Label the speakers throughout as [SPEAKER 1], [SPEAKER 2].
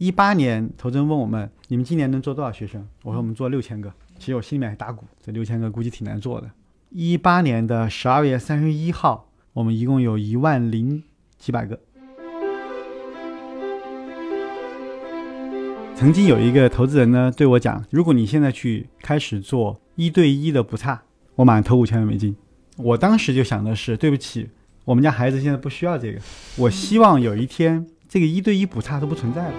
[SPEAKER 1] 一八年，投资人问我们，你们今年能做多少学生？我说我们做六千个。其实我心里面还打鼓，这六千个估计挺难做的。一八年的十二月三十一号，我们一共有一万零几百个。曾经有一个投资人呢对我讲，如果你现在去开始做一对一的不差，我马上投五千万美金。我当时就想的是，对不起，我们家孩子现在不需要这个。我希望有一天这个一对一补差都不存在了。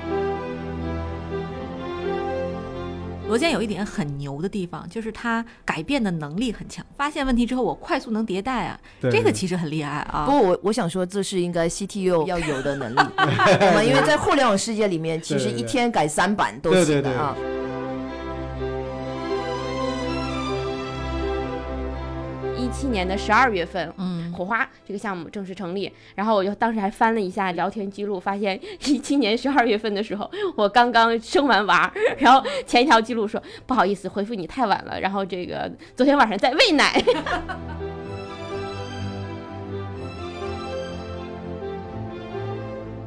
[SPEAKER 2] 罗健有一点很牛的地方，就是他改变的能力很强。发现问题之后，我快速能迭代啊，
[SPEAKER 1] 对
[SPEAKER 2] 这个其实很厉害啊。
[SPEAKER 3] 不过我我想说，这是应 该 CTO 要有的能力，懂吗？因为在互联网世界里面，其实
[SPEAKER 1] 对对对
[SPEAKER 3] 一天改三版都
[SPEAKER 1] 对
[SPEAKER 3] 行
[SPEAKER 1] 对
[SPEAKER 3] 的
[SPEAKER 1] 对
[SPEAKER 3] 啊。
[SPEAKER 4] 一七年的十二月份。
[SPEAKER 2] 嗯，
[SPEAKER 4] 火花这个项目正式成立，然后我就当时还翻了一下聊天记录，发现一七年十二月份的时候，我刚刚生完娃儿，然后前一条记录说不好意思回复你太晚了，然后这个昨天晚上在喂奶，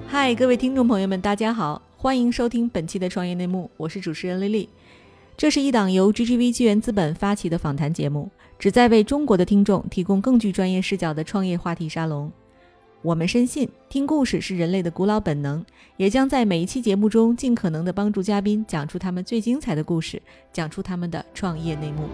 [SPEAKER 2] 嗨，各位听众朋友们，大家好，欢迎收听本期的创业内幕，我是主持人丽丽。这是一档由 GGV 纪元资本发起的访谈节目，旨在为中国的听众提供更具专业视角的创业话题沙龙。我们深信，听故事是人类的古老本能，也将在每一期节目中尽可能的帮助嘉宾讲出他们最精彩的故事，讲出他们的创业内幕。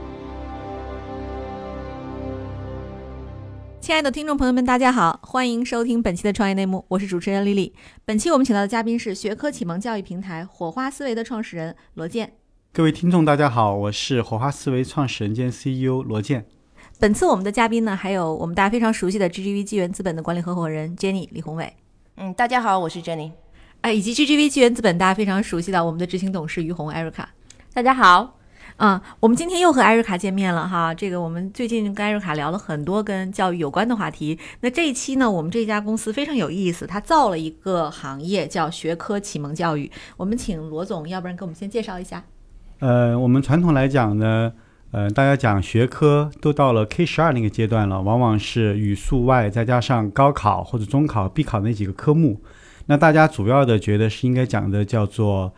[SPEAKER 2] 亲爱的听众朋友们，大家好，欢迎收听本期的创业内幕，我是主持人丽丽。本期我们请到的嘉宾是学科启蒙教育平台火花思维的创始人罗健。
[SPEAKER 1] 各位听众，大家好，我是火花思维创始人兼 CEO 罗健。
[SPEAKER 2] 本次我们的嘉宾呢，还有我们大家非常熟悉的 GGV 纪元资本的管理合伙人 Jenny 李宏伟，
[SPEAKER 3] 嗯，大家好，我是 Jenny。
[SPEAKER 2] 哎，以及 GGV 纪元资本大家非常熟悉的我们的执行董事于红 Erica。
[SPEAKER 4] 大家好，
[SPEAKER 2] 嗯，我们今天又和艾瑞卡见面了哈。这个我们最近跟艾瑞卡聊了很多跟教育有关的话题。那这一期呢，我们这家公司非常有意思，它造了一个行业叫学科启蒙教育。我们请罗总，要不然给我们先介绍一下。
[SPEAKER 1] 呃，我们传统来讲呢，呃，大家讲学科都到了 K 十二那个阶段了，往往是语数外再加上高考或者中考必考那几个科目。那大家主要的觉得是应该讲的叫做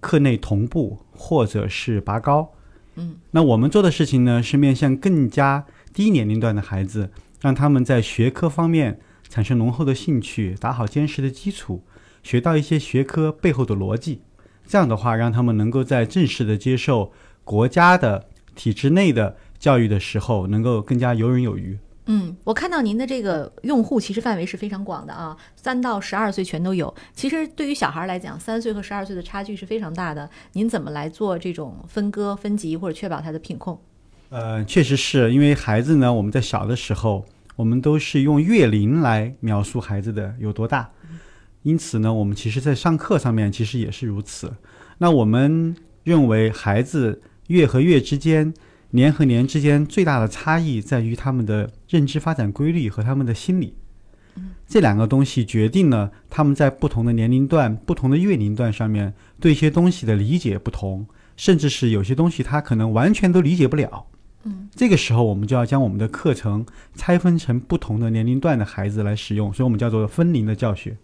[SPEAKER 1] 课内同步或者是拔高。嗯，那我们做的事情呢，是面向更加低年龄段的孩子，让他们在学科方面产生浓厚的兴趣，打好坚实的基础，学到一些学科背后的逻辑。这样的话，让他们能够在正式的接受国家的体制内的教育的时候，能够更加游刃有余。
[SPEAKER 2] 嗯，我看到您的这个用户其实范围是非常广的啊，三到十二岁全都有。其实对于小孩来讲，三岁和十二岁的差距是非常大的。您怎么来做这种分割、分级或者确保它的品控？
[SPEAKER 1] 呃，确实是因为孩子呢，我们在小的时候，我们都是用月龄来描述孩子的有多大，因此呢，我们其实在上课上面其实也是如此。那我们认为孩子月和月之间、年和年之间最大的差异在于他们的认知发展规律和他们的心理。这两个东西决定了他们在不同的年龄段、不同的月龄段上面对一些东西的理解不同，甚至是有些东西他可能完全都理解不了。这个时候我们就要将我们的课程拆分成不同的年龄段的孩子来使用，所以我们叫做分龄的教学。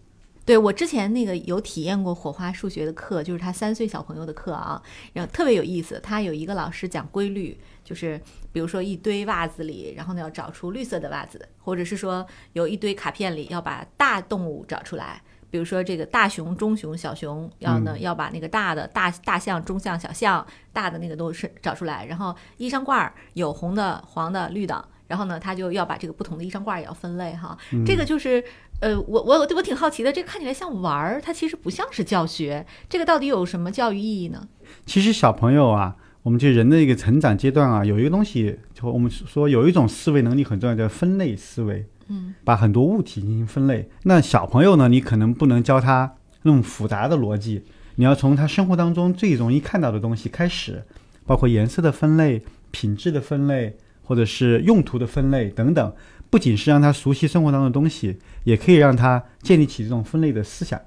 [SPEAKER 2] 对我之前那个有体验过火花数学的课，就是他三岁小朋友的课啊，然后特别有意思。他有一个老师讲规律，就是比如说一堆袜子里，然后呢要找出绿色的袜子，或者是说有一堆卡片里要把大动物找出来。比如说这个大熊、中熊、小熊，要呢要把那个大的大大象、中象、小象，大的那个都是找出来。然后衣裳褂儿有红的、黄的、绿的，然后呢他就要把这个不同的衣裳褂儿也要分类哈。这个就是呃，我我我挺好奇的，这看起来像玩儿，它其实不像是教学，这个到底有什么教育意义呢？
[SPEAKER 1] 其实小朋友啊，我们这人的一个成长阶段啊，有一个东西，就我们说有一种思维能力很重要，叫分类思维。嗯，把很多物体进行分类。那小朋友呢，你可能不能教他那种复杂的逻辑，你要从他生活当中最容易看到的东西开始，包括颜色的分类、品质的分类，或者是用途的分类等等。不仅是让他熟悉生活当中的东西，也可以让他建立起这种分类的思想。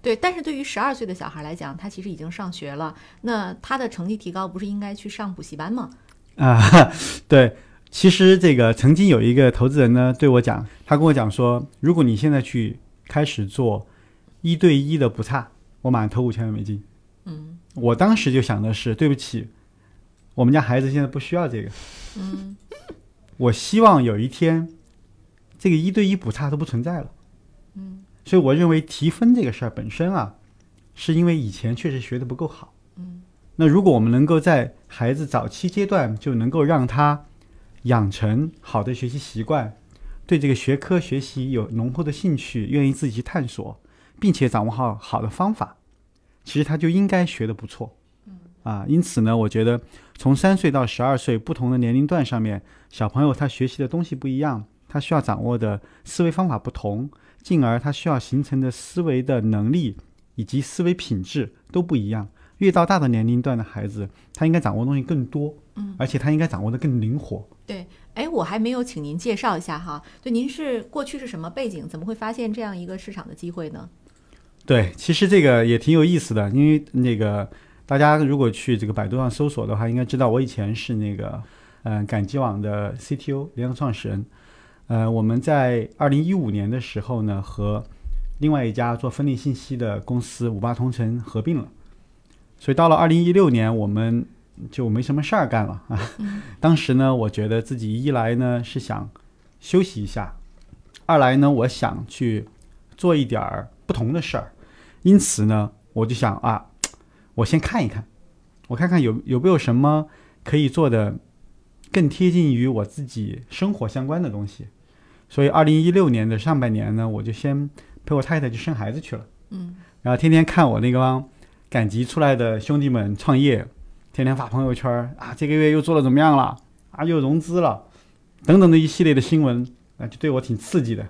[SPEAKER 2] 对，但是对于十二岁的小孩来讲，他其实已经上学了，那他的成绩提高不是应该去上补习班吗？
[SPEAKER 1] 啊，对，其实这个曾经有一个投资人呢对我讲，他跟我讲说，如果你现在去开始做一对一的不差，我马上投五千万美金。
[SPEAKER 2] 嗯
[SPEAKER 1] 我当时就想的是，对不起，我们家孩子现在不需要这个。
[SPEAKER 2] 嗯
[SPEAKER 1] 我希望有一天，这个一对一补差都不存在了。
[SPEAKER 2] 嗯，
[SPEAKER 1] 所以我认为提分这个事儿本身啊，是因为以前确实学的不够好。
[SPEAKER 2] 嗯，
[SPEAKER 1] 那如果我们能够在孩子早期阶段就能够让他养成好的学习习惯，对这个学科学习有浓厚的兴趣，愿意自己去探索，并且掌握好好的方法，其实他就应该学的不错。啊，因此呢，我觉得从三岁到十二岁不同的年龄段上面，小朋友他学习的东西不一样，他需要掌握的思维方法不同，进而他需要形成的思维的能力以及思维品质都不一样。越到大的年龄段的孩子，他应该掌握的东西更多，
[SPEAKER 2] 嗯，
[SPEAKER 1] 而且他应该掌握的更灵活。
[SPEAKER 2] 对，哎，我还没有请您介绍一下哈，就您是过去是什么背景，怎么会发现这样一个市场的机会呢？
[SPEAKER 1] 对，其实这个也挺有意思的，因为那个大家如果去这个百度上搜索的话，应该知道我以前是那个嗯、呃赶集网的 CTO 联合创始人。呃，我们在二零一五年的时候呢，和另外一家做分类信息的公司五八同城合并了，所以到了二零一六年，我们就没什么事儿干了啊。 当时呢，我觉得自己一来呢是想休息一下，二来呢我想去做一点儿不同的事儿，因此呢，我就想啊，我先看一看，我看看有有没有什么可以做的更贴近于我自己生活相关的东西。所以，二零一六年的上半年呢，我就先陪我太太去生孩子去了，
[SPEAKER 2] 嗯
[SPEAKER 1] 然后天天看我那帮赶集出来的兄弟们创业，天天发朋友圈儿啊，这个月又做的怎么样了啊，又融资了，等等的一系列的新闻啊，就对我挺刺激的。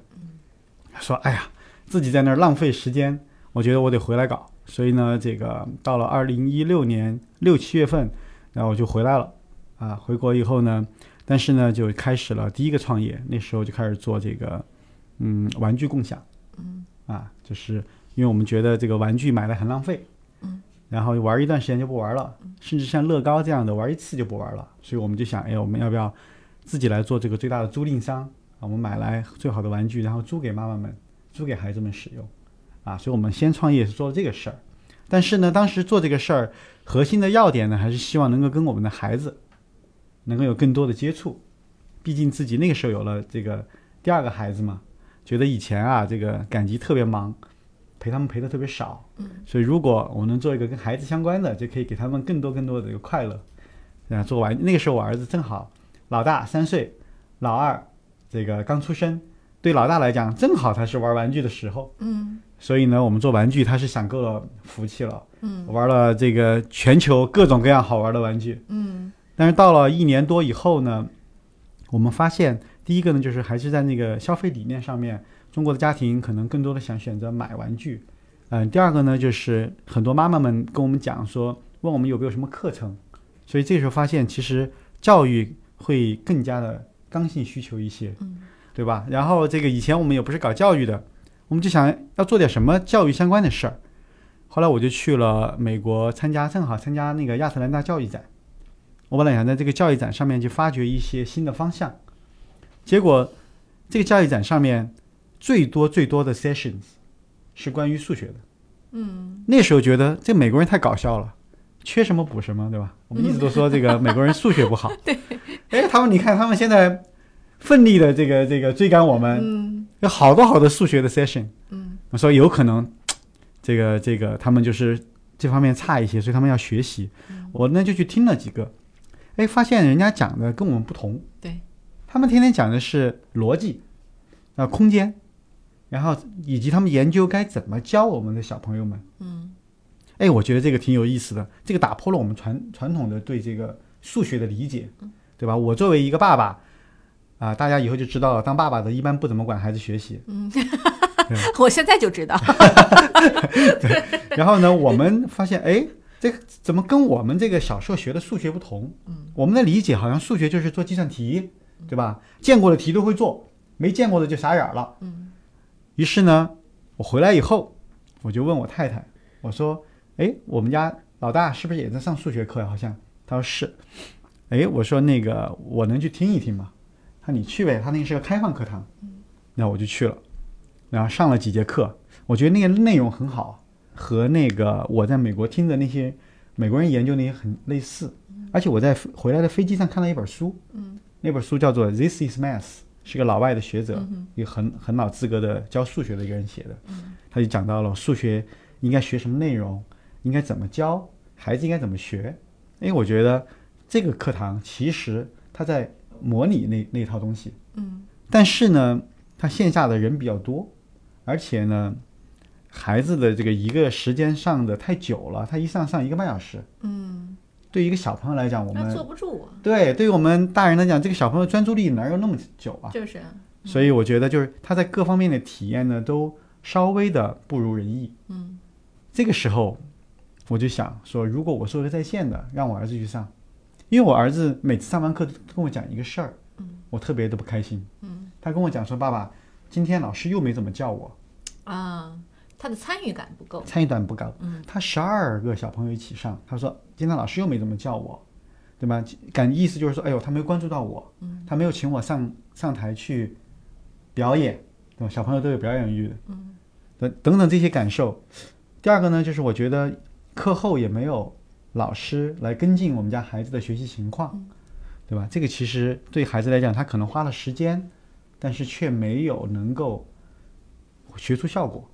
[SPEAKER 1] 说哎呀，自己在那儿浪费时间，我觉得我得回来搞。所以呢，这个到了二零一六年六七月份，然后我就回来了，啊，回国以后呢，但是呢，就开始了第一个创业，那时候就开始做这个，嗯，玩具共享，
[SPEAKER 2] 嗯，
[SPEAKER 1] 啊，就是因为我们觉得这个玩具买来很浪费，
[SPEAKER 2] 嗯，
[SPEAKER 1] 然后玩一段时间就不玩了，甚至像乐高这样的玩一次就不玩了，所以我们就想，哎，我们要不要自己来做这个最大的租赁商？啊，我们买来最好的玩具，然后租给妈妈们。租给孩子们使用，啊，所以我们先创业是做了这个事儿。但是呢，当时做这个事儿，核心的要点呢，还是希望能够跟我们的孩子能够有更多的接触。毕竟自己那个时候有了这个第二个孩子嘛，觉得以前啊，这个赶集特别忙，陪他们陪的特别少。所以如果我能做一个跟孩子相关的，就可以给他们更多更多的这个快乐。啊，做完那个时候我儿子正好老大三岁，老二这个刚出生，对老大来讲正好他是玩玩具的时候，
[SPEAKER 2] 嗯
[SPEAKER 1] 所以呢，我们做玩具他是享够了福气了，
[SPEAKER 2] 嗯
[SPEAKER 1] 玩了这个全球各种各样好玩的玩具。
[SPEAKER 2] 嗯
[SPEAKER 1] 但是到了一年多以后呢，我们发现第一个呢，就是还是在那个消费理念上面，中国的家庭可能更多的想选择买玩具。嗯、第二个呢，就是很多妈妈们跟我们讲说，问我们有没有什么课程，所以这时候发现其实教育会更加的刚性需求一些，
[SPEAKER 2] 嗯
[SPEAKER 1] 对吧？然后这个以前我们也不是搞教育的，我们就想要做点什么教育相关的事儿。后来我就去了美国参加，正好参加那个亚特兰大教育展。我本来想在这个教育展上面去发掘一些新的方向，结果这个教育展上面最多最多的 sessions 是关于数学的。
[SPEAKER 2] 嗯
[SPEAKER 1] 那时候觉得这美国人太搞笑了，缺什么补什么，对吧？我们一直都说这个美国人数学不好，对，哎，他们你看他们现在奋力的这个这个追赶我们，
[SPEAKER 2] 嗯
[SPEAKER 1] 有好多好多数学的 session。
[SPEAKER 2] 嗯
[SPEAKER 1] 我说有可能，这个这个他们就是这方面差一些，所以他们要学习。
[SPEAKER 2] 嗯
[SPEAKER 1] 我呢就去听了几个，哎，发现人家讲的跟我们不同。
[SPEAKER 2] 对，
[SPEAKER 1] 他们天天讲的是逻辑，啊、空间，然后以及他们研究该怎么教我们的小朋友们。
[SPEAKER 2] 嗯
[SPEAKER 1] 哎，我觉得这个挺有意思的，这个打破了我们传传统的对这个数学的理解，
[SPEAKER 2] 嗯
[SPEAKER 1] 对吧？我作为一个爸爸，啊、大家以后就知道了，当爸爸的一般不怎么管孩子学习，
[SPEAKER 2] 嗯， 我现在就知道，
[SPEAKER 1] 然后呢，我们发现，哎，这个怎么跟我们这个小时候学的数学不同？
[SPEAKER 2] 嗯，
[SPEAKER 1] 我们的理解好像数学就是做计算题，对吧？见过的题都会做，没见过的就傻眼了。
[SPEAKER 2] 嗯
[SPEAKER 1] 于是呢，我回来以后，我就问我太太，我说：“哎，我们家老大是不是也在上数学课呀？好像。”她说是。哎，我说那个我能去听一听吗？她说你去呗，他那个是个开放课堂。那我就去了，然后上了几节课，我觉得那个内容很好，和那个我在美国听的那些美国人研究那些很类似。而且我在飞回来的飞机上看到一本书，嗯，那本书叫做《This is Math》，是个老外的学者，
[SPEAKER 2] 嗯
[SPEAKER 1] 一个很很老资格的教数学的一个人写的。
[SPEAKER 2] 嗯
[SPEAKER 1] 他就讲到了数学应该学什么内容，应该怎么教，孩子应该怎么学。因为我觉得这个课堂其实他在模拟那那套东西，嗯，但是呢，他线下的人比较多，而且呢，孩子的这个一个时间上的太久了，他一上上一个半小时，
[SPEAKER 2] 嗯，
[SPEAKER 1] 对于一个小朋友来讲，我
[SPEAKER 2] 那
[SPEAKER 1] 们
[SPEAKER 2] 坐不住，
[SPEAKER 1] 对对于我们大人来讲，这个小朋友专注力哪有那么久啊？
[SPEAKER 2] 就是
[SPEAKER 1] 所以我觉得就是他在各方面的体验呢，都稍微的不如人意。嗯，这个时候我就想说，如果我说个在线的，让我儿子去上，因为我儿子每次上完课都跟我讲一个事儿，嗯，我特别的不开心。嗯，他跟我讲说，爸爸，今天老师又没怎么叫我，
[SPEAKER 2] 啊，他的参与感不够，
[SPEAKER 1] 参与感不高。嗯，他十二个小朋友一起上，他说今天老师又没怎么叫我，对吧？感意思就是说，哎呦，他没关注到我，他没有请我上上台去表演，对吧？小朋友都有表演欲的，嗯，等等等这些感受。第二个呢，就是我觉得课后也没有老师来跟进我们家孩子的学习情况，对吧？这个其实对孩子来讲，他可能花了时间，但是却没有能够学出效果。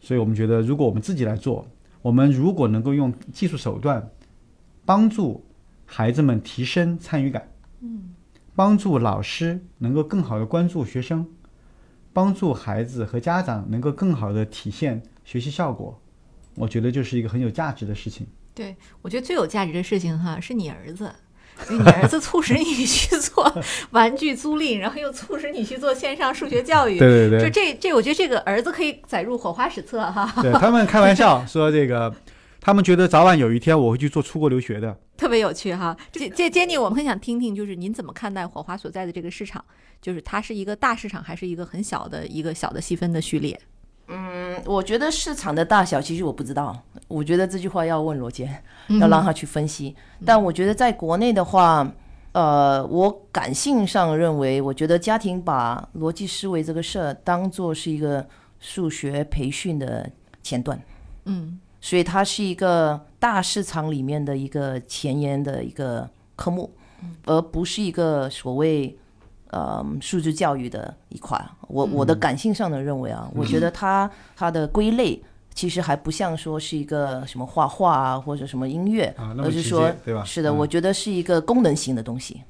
[SPEAKER 1] 所以我们觉得，如果我们自己来做，我们如果能够用技术手段帮助孩子们提升参与感，嗯，帮助老师能够更好的关注学生，帮助孩子和家长能够更好的体现学习效果，我觉得就是一个很有价值的事情。
[SPEAKER 2] 对，我觉得最有价值的事情哈，是你儿子，因为你儿子促使你去做玩具租赁，然后又促使你去做线上数学教育。
[SPEAKER 1] 对
[SPEAKER 2] 就这这，我觉得这个儿子可以载入火花史册哈，
[SPEAKER 1] 对他们开玩 笑说这个，他们觉得早晚有一天我会去做出国留学的。
[SPEAKER 2] 特别有趣哈。这这 Jenny，我们很想听听，就是您怎么看待火花所在的这个市场？就是它是一个大市场，还是一个很小的一个小的细分的序列？
[SPEAKER 3] 嗯，我觉得市场的大小其实我不知道，我觉得这句话要问罗杰，
[SPEAKER 1] 嗯
[SPEAKER 3] 要让他去分析。但我觉得在国内的话，呃，我感性上认为，我觉得家庭把逻辑思维这个事儿当做是一个数学培训的前段，
[SPEAKER 2] 嗯
[SPEAKER 3] 所以它是一个大市场里面的一个前沿的一个科目，
[SPEAKER 1] 嗯
[SPEAKER 3] 而不是一个所谓呃数字教育的一块。
[SPEAKER 1] 嗯
[SPEAKER 3] 我我的感性上的认为啊，我觉得它它的归类其实还不像说是一个什么画画啊或者什么音乐，
[SPEAKER 1] 啊那么
[SPEAKER 3] 而是
[SPEAKER 1] 直接
[SPEAKER 3] 说
[SPEAKER 1] 对吧
[SPEAKER 3] 是的，
[SPEAKER 1] 嗯
[SPEAKER 3] 我觉得是一个功能性的东西。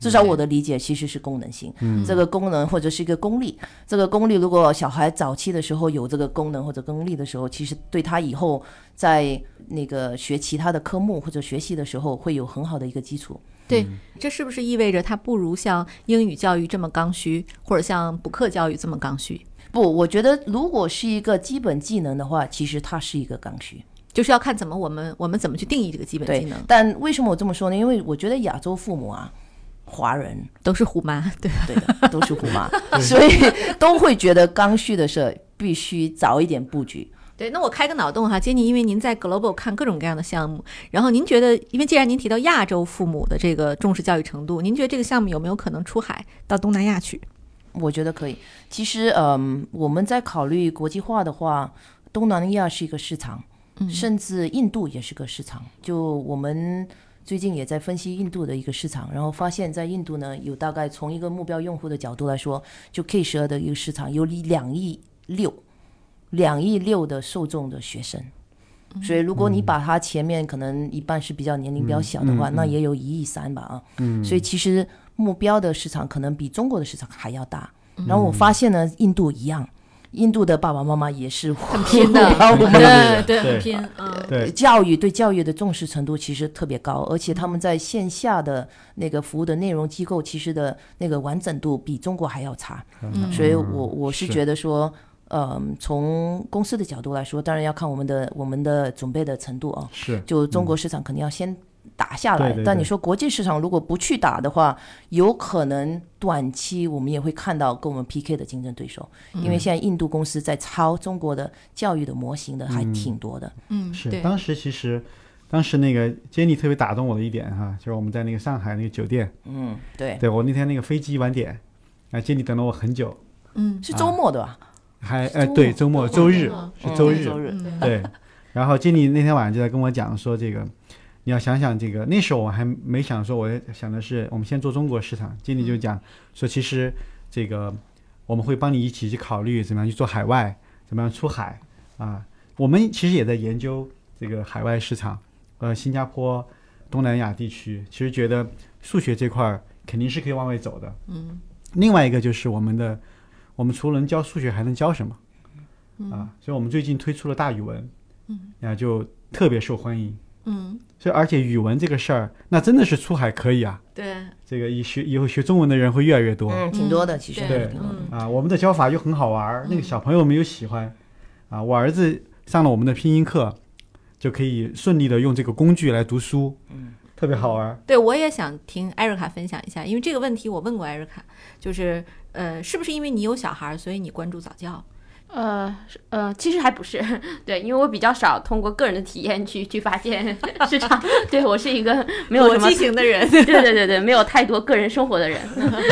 [SPEAKER 3] 至少我的理解其实是功能性，
[SPEAKER 1] 嗯
[SPEAKER 3] 这个功能或者是一个功利，这个功利如果小孩早期的时候有这个功能或者功利的时候，其实对他以后在那个学其他的科目或者学习的时候会有很好的一个基础。
[SPEAKER 2] 对，
[SPEAKER 1] 嗯
[SPEAKER 2] 这是不是意味着它不如像英语教育这么刚需，或者像补课教育这么刚需？
[SPEAKER 3] 不，我觉得如果是一个基本技能的话，其实它是一个刚需。
[SPEAKER 2] 就是要看怎么我们我们怎么去定义这个基本技
[SPEAKER 3] 对
[SPEAKER 2] 能，，
[SPEAKER 3] 但为什么我这么说呢？因为我觉得亚洲父母啊，华人
[SPEAKER 2] 都是虎妈， 对吧，
[SPEAKER 3] 对的，都是虎 妈，所以都会觉得刚需的事儿必须早一点布局。
[SPEAKER 2] 对，那我开个脑洞哈，杰尼，因为您在 Global 看各种各样的项目，然后您觉得，因为既然您提到亚洲父母的这个重视教育程度，您觉得这个项目有没有可能出海到东南 亚去？
[SPEAKER 3] 我觉得可以。其实，嗯，我们在考虑国际化的话，东南亚是一个市场，甚至印度也是个市场。就我们最近也在分析印度的一个市场，然后发现，在印度呢，有大概从一个目标用户的角度来说，就 K 十二的一个市场有两亿六，两亿六的受众的学生。所以，如果你把它前面可能一半是比较年龄比较小的话，那也有一亿三吧啊。嗯，所以其实目标的市场可能比中国的市场还要大。然后我发现呢，印度一样，印度的爸爸妈妈也是很
[SPEAKER 2] 拼的
[SPEAKER 1] 啊 对对
[SPEAKER 2] 很
[SPEAKER 1] 对
[SPEAKER 2] 拼，嗯，
[SPEAKER 1] 对，
[SPEAKER 3] 呃教育对教育的重视程度其实特别高，而且他们在线下的那个服务的内容机构，其实的那个完整度比中国还要差。
[SPEAKER 1] 嗯
[SPEAKER 3] 所以我我是
[SPEAKER 1] 是
[SPEAKER 3] 觉得说，嗯，从公司的角度来说，当然要看我们的我们的准备的程度啊。
[SPEAKER 1] 是
[SPEAKER 3] 就中国市场肯定要先打下来。
[SPEAKER 1] 嗯对对
[SPEAKER 3] 但
[SPEAKER 1] 对
[SPEAKER 3] 你说国际市场如果不去打的话，有可能短期我们也会看到跟我们 PK 的竞争对手，因为现在印度公司在抄中国的教育的模型的还挺多的。
[SPEAKER 2] 嗯，
[SPEAKER 1] 是，
[SPEAKER 2] 对，
[SPEAKER 1] 当时其实，当时那个 Jenny 特别打动我的一点哈，就是我们在那个上海那个酒店，
[SPEAKER 3] 嗯，对，
[SPEAKER 1] 对我那天那个飞机晚点，啊，Jenny 等了我很久，
[SPEAKER 2] 嗯，
[SPEAKER 3] 是周末的吧？
[SPEAKER 1] 还呃对周末周日
[SPEAKER 2] 嗯
[SPEAKER 1] 是周
[SPEAKER 3] 周
[SPEAKER 1] 日，
[SPEAKER 3] 日。
[SPEAKER 2] 嗯，
[SPEAKER 1] 对，然后经理那天晚上就在跟我讲说，这个你要想想这个，那时候我还没想说，我在想的是我们先做中国市场。经理就讲说，其实这个我们会帮你一起去考虑怎么样去做海外，怎么样出海啊。我们其实也在研究这个海外市场，呃，新加坡、东南亚地区，其实觉得数学这块儿肯定是可以往外走的。嗯。另外一个就是我们的，我们除了能教数学，还能教什么？
[SPEAKER 4] 嗯
[SPEAKER 1] 啊，所以我们最近推出了大语文，嗯，然后就特别受欢迎。
[SPEAKER 2] 嗯，
[SPEAKER 1] 所以而且语文这个事儿，那真的是出海可以啊。
[SPEAKER 2] 对，
[SPEAKER 1] 这个以学以后学中文的人会越来越多。
[SPEAKER 3] 嗯，挺多的，其实
[SPEAKER 2] 对
[SPEAKER 3] 还是
[SPEAKER 1] 对
[SPEAKER 3] 挺多的。
[SPEAKER 1] 啊，我们的教法又很好玩儿，
[SPEAKER 4] 嗯
[SPEAKER 1] 那个小朋友们又喜欢，啊，我儿子上了我们的拼音课，就可以顺利的用这个工具来读书，嗯，特别好玩儿。
[SPEAKER 2] 对我也想听艾瑞卡分享一下，因为这个问题我问过艾瑞卡，就是呃，是不是因为你有小孩儿，所以你关注早教？
[SPEAKER 4] 呃是呃，其实还不是，对，因为我比较少通过个人的体验去去发现市场， 对我是一个没有什么
[SPEAKER 2] 逻辑型的 人，
[SPEAKER 4] 对对对对，没有太多个人生活的人。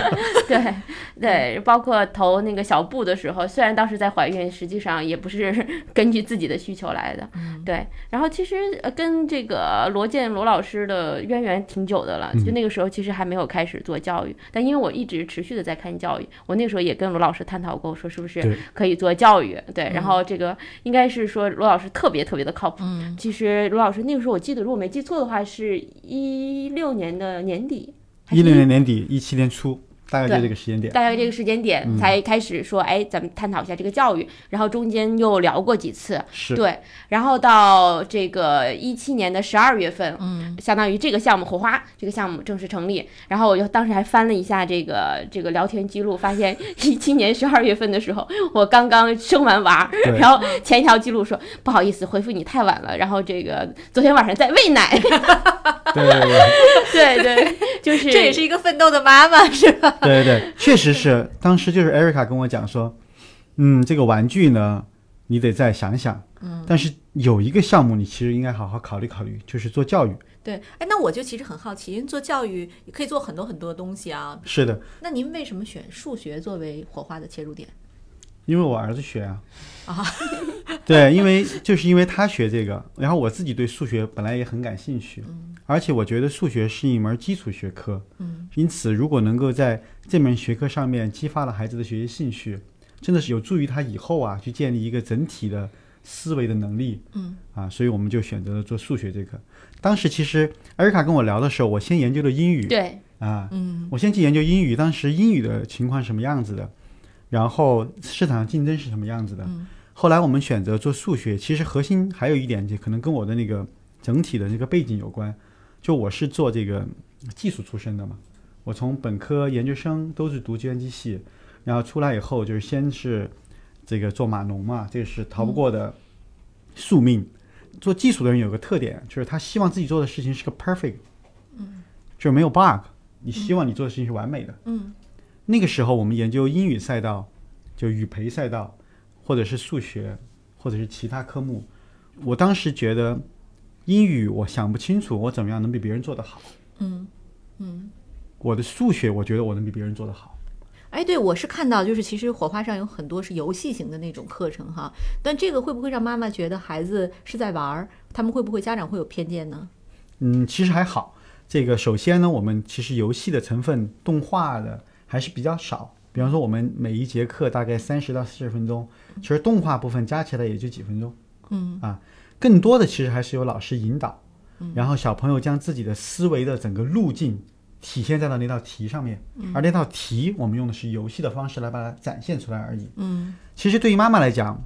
[SPEAKER 4] 对对，包括投那个小布的时候，虽然当时在怀孕，实际上也不是 根据自己的需求来的。
[SPEAKER 1] 嗯
[SPEAKER 4] 对，然后其实呃跟这个罗建罗老师的渊源挺久的
[SPEAKER 1] 嗯
[SPEAKER 4] 了，就那个时候其实还没有开始做教育，但因为我一直持续的在看教育，我那个时候也跟罗老师探讨过，说是不是
[SPEAKER 1] 对嗯
[SPEAKER 4] 可以做教育。对，然后这个应该是说罗老师特别特别的靠谱，
[SPEAKER 2] 嗯
[SPEAKER 4] 其实罗老师那个时候，我记得如果没记错的话，是一六年的年底，还
[SPEAKER 1] 一
[SPEAKER 4] 是
[SPEAKER 1] 六年年底，一七年初，大概就
[SPEAKER 4] 对
[SPEAKER 1] 这个时间点。
[SPEAKER 4] 大概这个时间
[SPEAKER 1] 嗯
[SPEAKER 4] 点才开始说，哎，咱们探讨一下这个教育。然后中间又聊过几次，
[SPEAKER 1] 是，
[SPEAKER 4] 对。然后到这个一七年的十二月份，
[SPEAKER 2] 嗯，
[SPEAKER 4] 相当于这个项目火花这个项目正式成立。然后我就当时还翻了一下这个这个聊天记录，发现 一七年十二月份的时候，我刚刚生完娃，
[SPEAKER 1] 对
[SPEAKER 4] 然后前一条记录说不好意思，回复你太晚了，然后这个昨天晚上在喂奶。
[SPEAKER 1] 对对对。
[SPEAKER 4] 对对， 就是
[SPEAKER 2] 这也是一个奋斗的妈妈，是吧？
[SPEAKER 1] 对对对，确实是。当时就是 Erica 跟我讲说，嗯，这个玩具呢，你得再想想。嗯，但是有一个项目，你其实应该好好考虑考虑，就是做教育。
[SPEAKER 2] 对，哎，那我就其实很好奇，因为做教育也可以做很多很多东西啊。
[SPEAKER 1] 是的，
[SPEAKER 2] 那您为什么选数学作为火花的切入点？
[SPEAKER 1] 因为我儿子学啊。啊， 对，因为就是因为他学这个，然后我自己对数学本来也很感兴趣，而且我觉得数学是一门基础学科，嗯，因此如果能够在这门学科上面激发了孩子的学习兴趣，真的是有助于他以后啊去建立一个整体的思维的能力，嗯，啊，所以我们就选择了做数学这个。当时其实艾瑞卡跟我聊的时候，我先研究了英语，
[SPEAKER 4] 对，
[SPEAKER 1] 啊，我先去研究英语，当时英语的情况是什么样子的，然后市场上竞争是什么样子的。后来我们选择做数学，其实核心还有一点，就可能跟我的那个整体的那个背景有关。就我是做这个技术出身的嘛，我从本科、研究生都是读计算机系，然后出来以后就是先是这个做码农嘛，这个是逃不过的宿命。做技术的人有个特点，就是他希望自己做的事情是个 perfect，就是没有 bug，你希望你做的事情是完美的。
[SPEAKER 2] 嗯，
[SPEAKER 1] 那个时候我们研究英语赛道，就语培赛道，或者是数学，或者是其他科目。我当时觉得英语我想不清楚我怎么样能比别人做得好。嗯嗯，我的数学我觉得我能比别人做得好。
[SPEAKER 2] 哎，对，我是看到，就是其实火花上有很多是游戏型的那种课程哈，但这个会不会让妈妈觉得孩子是在玩儿？他们会不会家长会有偏见呢？
[SPEAKER 1] 嗯，其实还好。这个首先呢，我们其实游戏的成分、动画的还是比较少。比方说，我们每一节课大概三十到四十分钟，其实动画部分加起来也就几分钟。嗯啊，更多的其实还是由老师引导，然后小朋友将自己的思维的整个路径体现在了那道题上面，而那道题我们用的是游戏的方式来把它展现出来而已。
[SPEAKER 2] 嗯
[SPEAKER 1] 其实对于妈妈来讲，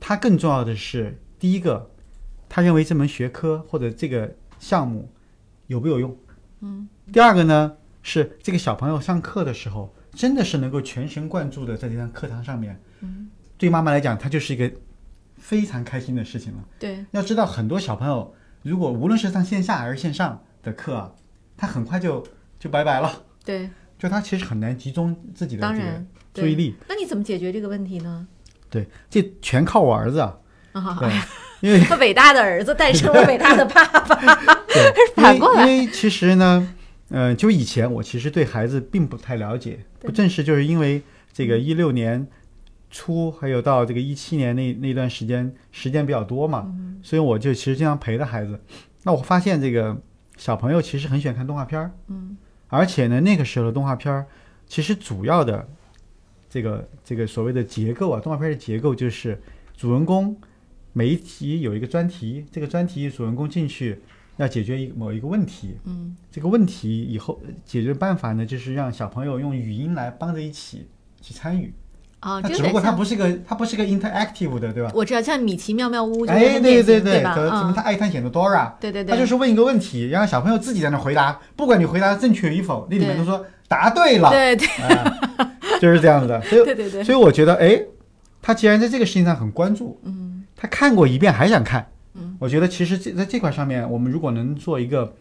[SPEAKER 1] 她更重要的是第一个，她认为这门学科或者这个项目有没有用。嗯。第二个呢，是这个小朋友上课的时候，真的是能够全神贯注的在这堂课堂上面。嗯。对妈妈来讲，它就是一个非常开心的事情了。
[SPEAKER 2] 对，
[SPEAKER 1] 要知道，很多小朋友如果无论是上线下还是线上的课啊，他很快就就拜拜了，
[SPEAKER 2] 对，
[SPEAKER 1] 就他其实很难集中自己的
[SPEAKER 2] 当
[SPEAKER 1] 这
[SPEAKER 2] 然
[SPEAKER 1] 个注意力。
[SPEAKER 2] 那你怎么解决这个问题呢？
[SPEAKER 1] 对，这全靠我儿子啊。
[SPEAKER 2] 啊，
[SPEAKER 1] 对，因 为
[SPEAKER 2] 他伟大的儿子诞生了伟大的 爸爸。
[SPEAKER 1] 对，
[SPEAKER 2] 反过来
[SPEAKER 1] 因为因为其实呢，呃，就以前我其实对孩子并不太了解，不正是就是因为这个一六年初，还有到这个一七年那那段时间，时间比较多嘛，
[SPEAKER 2] 嗯
[SPEAKER 1] 所以我就其实经常陪着孩子。那我发现这个小朋友其实很喜欢看动画片儿，
[SPEAKER 2] 嗯，
[SPEAKER 1] 而且呢，那个时候的动画片儿其实主要的这个这个所谓的结构啊，动画片儿的结构就是主人公每一集有一个专题，这个专题主人公进去要解决一某一个问题，
[SPEAKER 2] 嗯，
[SPEAKER 1] 这个问题以后呃解决办法呢，就是让小朋友用语音来帮着一起去参与。
[SPEAKER 2] 哦，
[SPEAKER 1] 它
[SPEAKER 2] 这有
[SPEAKER 1] 只不
[SPEAKER 2] 点
[SPEAKER 1] 过它
[SPEAKER 2] 像，
[SPEAKER 1] 不是个它不是个 interactive 的，对吧？
[SPEAKER 2] 我知道像米奇妙妙屋，就是
[SPEAKER 1] 哎，
[SPEAKER 2] 很典
[SPEAKER 1] 对
[SPEAKER 2] 型
[SPEAKER 1] 对
[SPEAKER 2] 对吧？
[SPEAKER 1] 怎么他
[SPEAKER 2] 嗯，
[SPEAKER 1] 爱探险的 Dora，
[SPEAKER 2] 对对
[SPEAKER 1] 他
[SPEAKER 2] 对，
[SPEAKER 1] 就是问一个问题，然后小朋友自己在那回答，不管你回答正确与否，那里面
[SPEAKER 2] 对
[SPEAKER 1] 都说答对了，
[SPEAKER 2] 对对
[SPEAKER 1] 啊， 就是这样子的。所以
[SPEAKER 2] 对 对对，
[SPEAKER 1] 所以我觉得，哎，他既然在这个事情上很关注，
[SPEAKER 2] 嗯
[SPEAKER 1] 他看过一遍还想看，
[SPEAKER 2] 嗯，
[SPEAKER 1] 我觉得其实这在这块上面，我们如果能做一个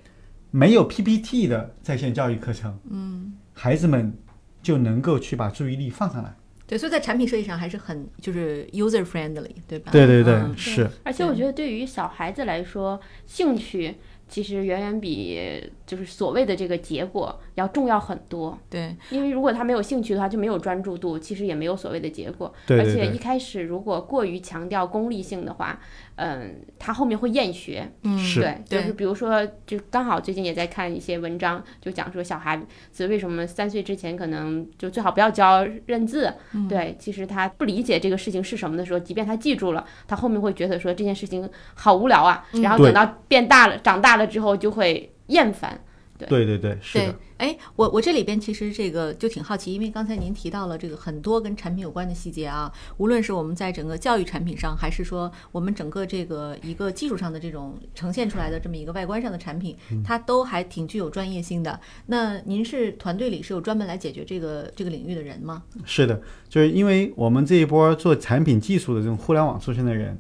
[SPEAKER 1] 没有 PPT 的在线教育课程，
[SPEAKER 2] 嗯，
[SPEAKER 1] 孩子们就能够去把注意力放上来。
[SPEAKER 2] 对，所以在产品设计上还是很就是 user friendly，对吧？
[SPEAKER 1] 对对对，
[SPEAKER 2] 嗯
[SPEAKER 1] 是。
[SPEAKER 4] 而且我觉得对于小孩子来说，兴趣其实远远比就是所谓的这个结果要重要很多。
[SPEAKER 2] 对，
[SPEAKER 4] 因为如果他没有兴趣的话，就没有专注度，其实也没有所谓的结果。
[SPEAKER 1] 对对
[SPEAKER 4] 而且
[SPEAKER 1] 对
[SPEAKER 4] 一开始如果过于强调功利性的话，嗯，他后面会厌学。
[SPEAKER 2] 嗯
[SPEAKER 1] 是
[SPEAKER 4] 对，就
[SPEAKER 2] 对
[SPEAKER 4] 是比如说，就刚好最近也在看一些文章，就讲说小孩子为什么三岁之前可能就最好不要教认字。对，其实他不理解这个事情是什么的时候，即便他记住了，他后面会觉得说这件事情好无聊啊。然后
[SPEAKER 1] 对
[SPEAKER 4] 等到变大了、长大了之后，就会厌烦。
[SPEAKER 1] 对对对，是
[SPEAKER 2] 对
[SPEAKER 1] 的，，
[SPEAKER 2] 哎，我我这里边其实这个就挺好奇，因为刚才您提到了这个很多跟产品有关的细节啊，无论是我们在整个教育产品上，还是说我们整个这个一个技术上的这种呈现出来的这么一个外观上的产品，
[SPEAKER 1] 嗯
[SPEAKER 2] 它都还挺具有专业性的。那您是团队里是有专门来解决这个这个领域的人吗？
[SPEAKER 1] 是的，就是因为我们这一波做产品技术的这种互联网出身的人，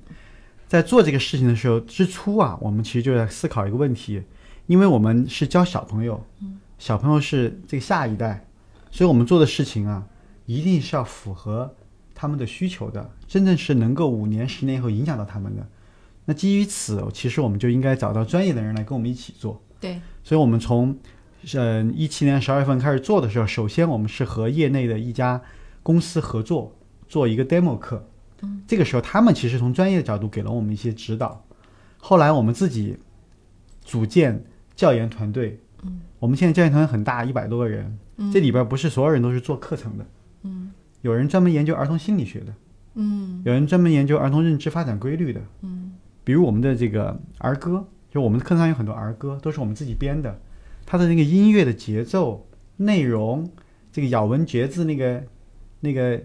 [SPEAKER 1] 在做这个事情的时候，之初啊，我们其实就在思考一个问题，因为我们是教小朋友，小朋友是这个下一代，所以我们做的事情啊，一定是要符合他们的需求的，真正是能够五年、十年以后影响到他们的。那基于此，其实我们就应该找到专业的人来跟我们一起做。
[SPEAKER 2] 对，
[SPEAKER 1] 所以我们从嗯一七年十二月份开始做的时候，首先我们是和业内的一家公司合作做一个 demo 课。这个时候他们其实从专业的角度给了我们一些指导。后来我们自己组建教研团队。我们现在教研团队很大，一百多个人。这里边不是所有人都是做课程的。有人专门研究儿童心理学的。有人专门研究儿童认知发展规律的，嗯，比如我们的这个儿歌，就我们课上有很多儿歌，都是我们自己编的，它的那个音乐的节奏、内容，这个咬文嚼字那个那个，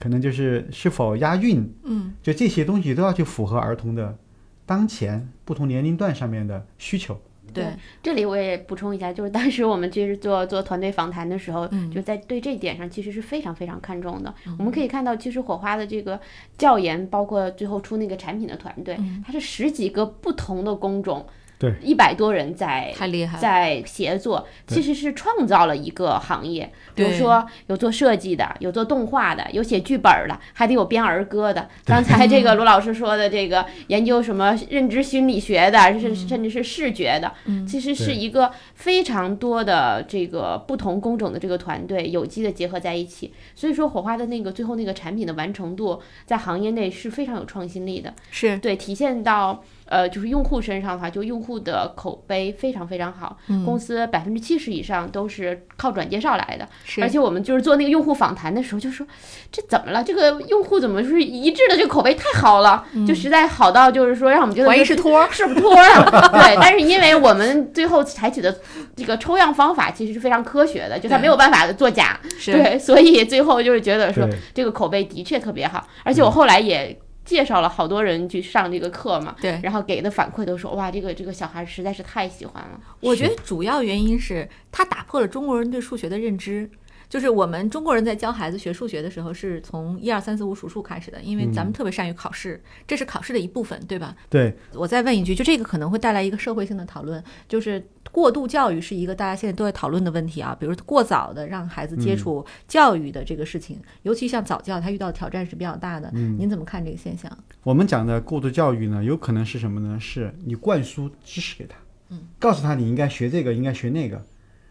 [SPEAKER 1] 可能就是是否押韵，
[SPEAKER 2] 嗯，
[SPEAKER 1] 就这些东西都要去符合儿童的当前不同年龄段上面的需求。
[SPEAKER 2] 对，
[SPEAKER 4] 这里我也补充一下，就是当时我们就是做做团队访谈的时候，
[SPEAKER 2] 嗯
[SPEAKER 4] 就在对这点上其实是非常非常看重的。我们可以看到，其实火花的这个教研，包括最后出那个产品的团队，它是十几个不同的工种，
[SPEAKER 1] 对，
[SPEAKER 4] 一百多人在
[SPEAKER 2] 太厉害了，
[SPEAKER 4] 在协作，
[SPEAKER 1] 对
[SPEAKER 4] 其实是创造了一个行业。比如
[SPEAKER 2] 对
[SPEAKER 4] 说有做设计的，有做动画的，有写剧本儿的，还得有编儿歌的。刚才这个罗老师说的这个研究什么认知心理学的，甚甚至是视觉的，其实是
[SPEAKER 1] 嗯对
[SPEAKER 4] 一个非常多的这个不同工种的这个团队有机的结合在一起。所以说火花的那个最后那个产品的完成度，在行业内是非常有创新力的。
[SPEAKER 2] 是
[SPEAKER 4] 对，体现到呃，就是用户身上的话，就用户的口碑非常非常好，
[SPEAKER 2] 嗯
[SPEAKER 4] 公司百分之七十以上都是靠转介绍来的。
[SPEAKER 2] 是
[SPEAKER 4] 而且我们就是做那个用户访谈的时候，就说这怎么了？这个用户怎么是一致的？这个口碑太好了，就实在好到就是说让我们觉得
[SPEAKER 2] 嗯怀疑是
[SPEAKER 4] 说
[SPEAKER 2] 托儿，
[SPEAKER 4] 是不是托儿啊？对，但是因为我们最后采取的这个抽样方法其实是非常科学的，就它
[SPEAKER 2] 对
[SPEAKER 4] 没有办法作假，
[SPEAKER 2] 是
[SPEAKER 4] 对，所以最后就是觉得说
[SPEAKER 1] 对
[SPEAKER 4] 这个口碑的确特别好，而且我后来也介绍了好多人去上这个课嘛，
[SPEAKER 2] 对
[SPEAKER 4] 然后给的反馈都说哇，这个这个小孩实在是太喜欢了，
[SPEAKER 2] 我觉得主要原因是它打破了中国人对数学的认知。就是我们中国人在教孩子学数学的时候，是从一二三四五数数开始的，因为咱们特别善于考试，这是考试的一部分，对吧？
[SPEAKER 1] 对，
[SPEAKER 2] 我再问一句，就这个可能会带来一个社会性的讨论，就是过度教育是一个大家现在都在讨论的问题啊，比如过早的让孩子接触教育的这个事情，尤其像早教，他遇到的挑战是比较大的。您怎么看这个现象？
[SPEAKER 1] 我们讲的过度教育呢，有可能是什么呢？是你灌输知识给他，嗯，告诉他你应该学这个，应该学那个，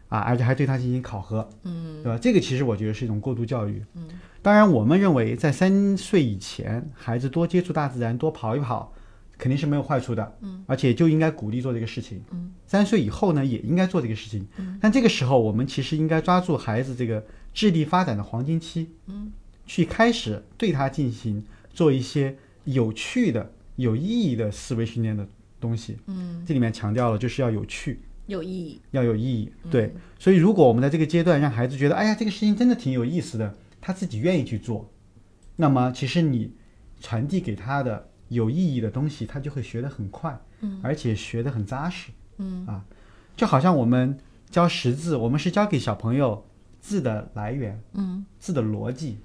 [SPEAKER 1] 啊，而且还对它进行考核，
[SPEAKER 2] 嗯，
[SPEAKER 1] 对吧？这个其实我觉得是一种过度教育。嗯，当然，我们认为在三岁以前，孩子多接触大自然，多跑一跑，肯定是没有坏处的。嗯，而且就应该鼓励做这个事情。嗯，三岁以后呢，也应该做这个事情。嗯，但这个时候，我们其实应该抓住孩子这个智力发展的黄金期。嗯，去开始对他进行做一些有趣的、有意义的思维训练的东西。嗯，这里面强调了就是要有趣。
[SPEAKER 2] 有意义。
[SPEAKER 1] 要有意义。对，所以如果我们在这个阶段让孩子觉得，哎呀，这个事情真的挺有意思的，他自己愿意去做，那么其实你传递给他的有意义的东西，他就会学得很快，嗯，而且学得很扎实，嗯啊，就好像我们教识字，我们是教给小朋友字的来源，嗯，字的逻辑，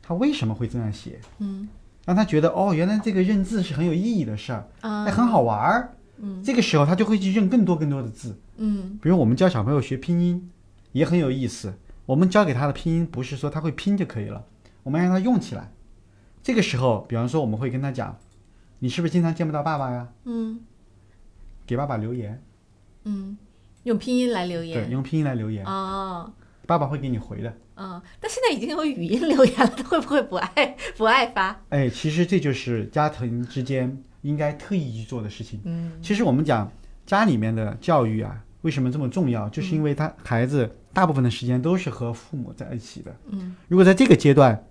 [SPEAKER 1] 他为什么会这样写，嗯，让他觉得哦，原来这个认字是很有意义的事儿，
[SPEAKER 2] 啊
[SPEAKER 1] 哎，很好玩儿，嗯，这个时候他就会去认更多更多的字。
[SPEAKER 2] 嗯
[SPEAKER 1] 比如我们教小朋友学拼音，也很有意思。我们教给他的拼音不是说他会拼就可以了，我们让他用起来。这个时候，比方说我们会跟他讲：“你是不是经常见不到爸爸呀？
[SPEAKER 2] 嗯
[SPEAKER 1] 给爸爸留言，
[SPEAKER 2] 嗯，用拼音来留
[SPEAKER 1] 对，
[SPEAKER 2] 言。
[SPEAKER 1] 用拼音来留言，
[SPEAKER 2] 哦，
[SPEAKER 1] 爸爸会给你回的。
[SPEAKER 2] 嗯，但现在已经有语音留言了，他会不会不爱不爱发？”
[SPEAKER 1] 哎，其实这就是家庭之间应该特意去做的事情。
[SPEAKER 2] 嗯
[SPEAKER 1] 其实我们讲家里面的教育啊，为什么这么重要？就是因为
[SPEAKER 2] 嗯
[SPEAKER 1] 他孩子大部分的时间都是和父母在一起的。
[SPEAKER 2] 嗯，
[SPEAKER 1] 如果在这个阶段，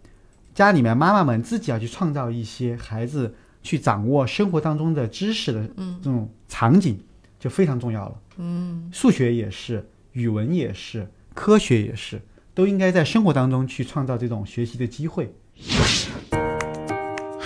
[SPEAKER 1] 家里面妈妈们自己要去创造一些孩子去掌握生活当中的知识的
[SPEAKER 2] 嗯
[SPEAKER 1] 这种场景，就非常重要了。嗯，数学也是，语文也是，科学也是，都应该在生活当中去创造这种学习的机会。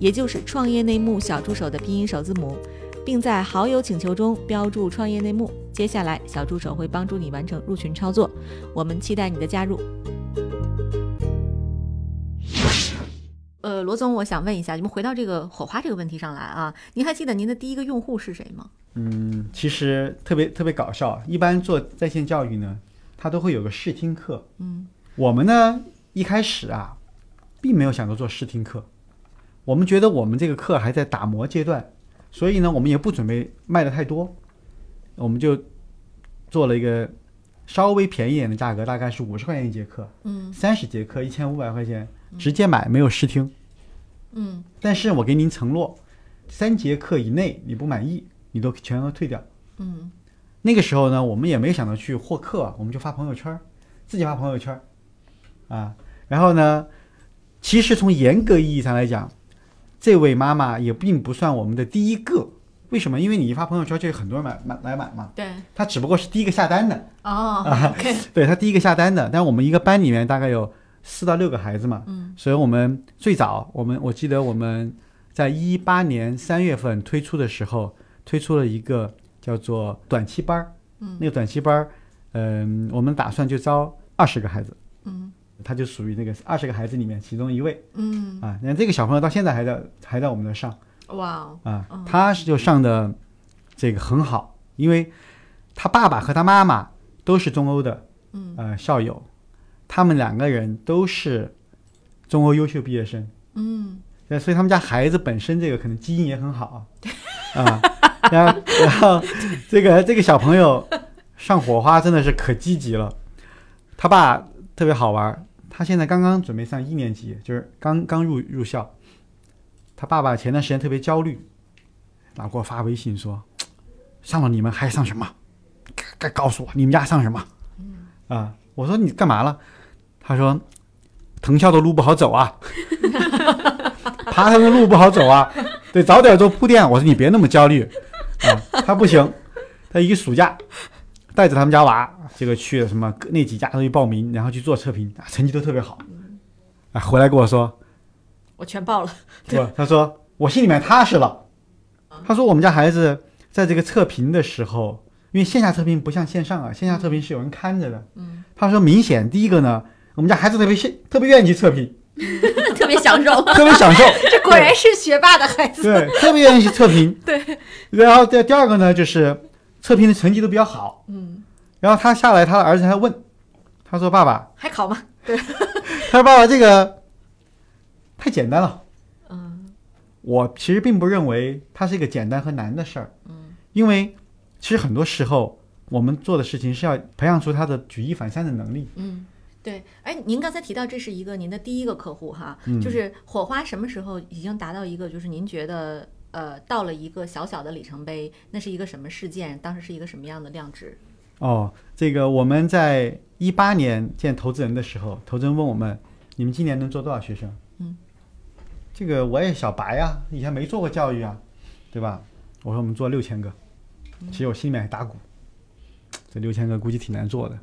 [SPEAKER 2] 也就是创业内幕小助手的拼音首字母，并在好友请求中标注创业内幕。接下来，小助手会帮助你完成入群操作。我们期待你的加入。呃，罗总，我想问一下，你们回到这个火花这个问题上来啊，您还记得您的第一个用户是谁吗？
[SPEAKER 1] 嗯，其实特别特别搞笑。一般做在线教育呢，它都会有个试听课。嗯，我们呢一开始啊，并没有想着做试听课，我们觉得我们这个课还在打磨阶段，所以呢，我们也不准备卖的太多，我们就做了一个稍微便宜一点的价格，大概是五十块钱一节课，嗯，三十节课一千五百块钱，直接买没有试听。嗯，但是我给您承诺，三节课以内你不满意，你都全额退掉。
[SPEAKER 2] 嗯
[SPEAKER 1] 那个时候呢，我们也没想到去获客，我们就发朋友圈儿，自己发朋友圈儿，啊，然后呢，其实从严格意义上来讲，这位妈妈也并不算我们的第一个。为什么？因为你一发朋友圈，就有很多人买买来买嘛。
[SPEAKER 2] 对，
[SPEAKER 1] 她只不过是第一个下单的，啊
[SPEAKER 2] 哦 ，OK，
[SPEAKER 1] 对她第一个下单的。但我们一个班里面大概有四到六个孩子嘛，
[SPEAKER 2] 嗯，
[SPEAKER 1] 所以我们最早，我们我记得我们在一八年三月份推出的时候，推出了一个叫做短期班儿，嗯，那个短期班儿，嗯、我们打算就招二十个孩子，
[SPEAKER 2] 嗯，
[SPEAKER 1] 他就属于那个二十个孩子里面其中一位
[SPEAKER 2] 嗯，
[SPEAKER 1] 啊。那这个小朋友到现在还在还在我们那上
[SPEAKER 2] 哇哦，
[SPEAKER 1] 啊
[SPEAKER 2] 哦，
[SPEAKER 1] 他是就上的这个很好，因为他爸爸和他妈妈都是中欧的，
[SPEAKER 2] 嗯，
[SPEAKER 1] 呃，校友，他们两个人都是中欧优秀毕业生。
[SPEAKER 2] 嗯
[SPEAKER 1] 对，所以他们家孩子本身这个可能基因也很好啊啊，然后然后这个这个小朋友上火花真的是可积极了，他爸特别好玩儿，他现在刚刚准备上一年级，就是刚刚入入校，他爸爸前段时间特别焦虑，老给我发微信说，上了你们还上什么？该该告诉我你们家上什么？啊，我说你干嘛了？他说藤校的路不好走啊。 爬山的路不好走啊，得早点做铺垫。我说你别那么焦虑啊，他不行，他一个暑假带着他们家娃，这个去什么那几家都去报名，然后去做测评，啊、成绩都特别好，啊，回来跟我说，
[SPEAKER 2] 我全报了。
[SPEAKER 1] 不，他说我心里面踏实了。他说我们家孩子在这个测评的时候，因为线下测评不像线上啊，线下测评是有人看着的。嗯，他说明显第一个呢，我们家孩子特别是特别愿意去测评，
[SPEAKER 2] 特别享受。
[SPEAKER 1] 特别享受，
[SPEAKER 2] 这果然是学霸的孩子。
[SPEAKER 1] 对，特别愿意去测评。对，然后第第二个呢，就是测评的成绩都比较好。
[SPEAKER 2] 嗯，
[SPEAKER 1] 然后他下来，他的儿子还问，他说：“爸爸，
[SPEAKER 2] 还考吗？
[SPEAKER 1] 他说爸爸这个太简单了。
[SPEAKER 2] 嗯
[SPEAKER 1] 我其实并不认为它是一个简单和难的事儿。
[SPEAKER 2] 嗯，
[SPEAKER 1] 因为其实很多时候我们做的事情是要培养出他的举一反三的能力。
[SPEAKER 2] 嗯，对。哎，您刚才提到这是一个您的第一个客户哈，
[SPEAKER 1] 嗯
[SPEAKER 2] 就是火花什么时候已经达到一个，就是您觉得呃到了一个小小的里程碑，那是一个什么事件？当时是一个什么样的量值？
[SPEAKER 1] 哦，这个我们在一八年见投资人的时候，投资人问我们：“你们今年能做多少学生？”
[SPEAKER 2] 嗯，
[SPEAKER 1] 这个我也小白啊，以前没做过教育啊，对吧？我说我们做六千个，其实我心里面还打鼓，这六千个估计挺难做的。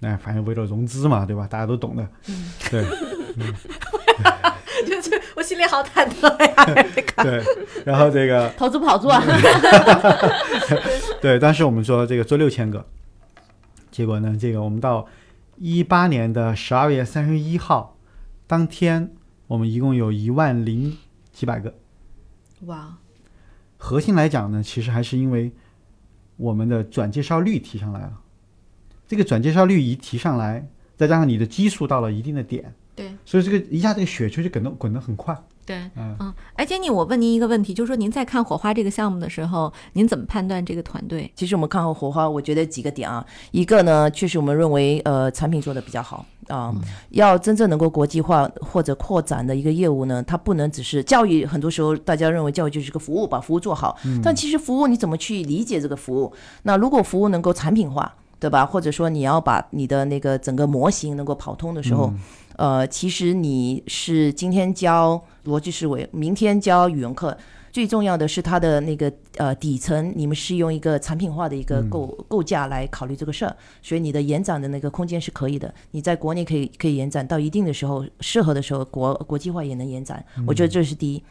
[SPEAKER 1] 那反正为了融资嘛，对吧？大家都懂的，对。
[SPEAKER 2] 就就我心里好忐忑呀。
[SPEAKER 1] 对，然后这个
[SPEAKER 4] 投资不好做，
[SPEAKER 2] 嗯
[SPEAKER 1] 对，当时我们说这个做六千个，结果呢，这个我们到一八年的十二月三十一号当天，我们一共有一万零几百个。
[SPEAKER 2] 哇，
[SPEAKER 1] 核心来讲呢，其实还是因为我们的转介绍率提上来了，这个转介绍率一提上来，再加上你的基数到了一定的点，
[SPEAKER 2] 对
[SPEAKER 1] 所以这个一下这个雪球就滚得滚得很快。
[SPEAKER 2] 对。
[SPEAKER 1] 嗯，
[SPEAKER 2] 嗯，哎，杰尼，我问您一个问题，就是说您在看火花这个项目的时候，您怎么判断这个团队？
[SPEAKER 3] 其实我们看后火花，我觉得几个点啊，一个呢，确实我们认为呃产品做的比较好啊、要真正能够国际化或者扩展的一个业务呢，它不能只是教育，很多时候大家认为教育就是个服务，把服务做好，但其实服务你怎么去理解这个服务？那如果服务能够产品化。对吧？或者说你要把你的那个整个模型能够跑通的时
[SPEAKER 1] 嗯
[SPEAKER 3] 候，呃，其实你是今天教逻辑思维，明天教语文课，最重要的是它的那个呃底层，你们是用一个产品化的一个构构架来考虑这个事儿，所以你的延展的那个空间是可以的。你在国内可以可以延展到一定的时候，适合的时候国国际化也能延展，我觉得这是第一。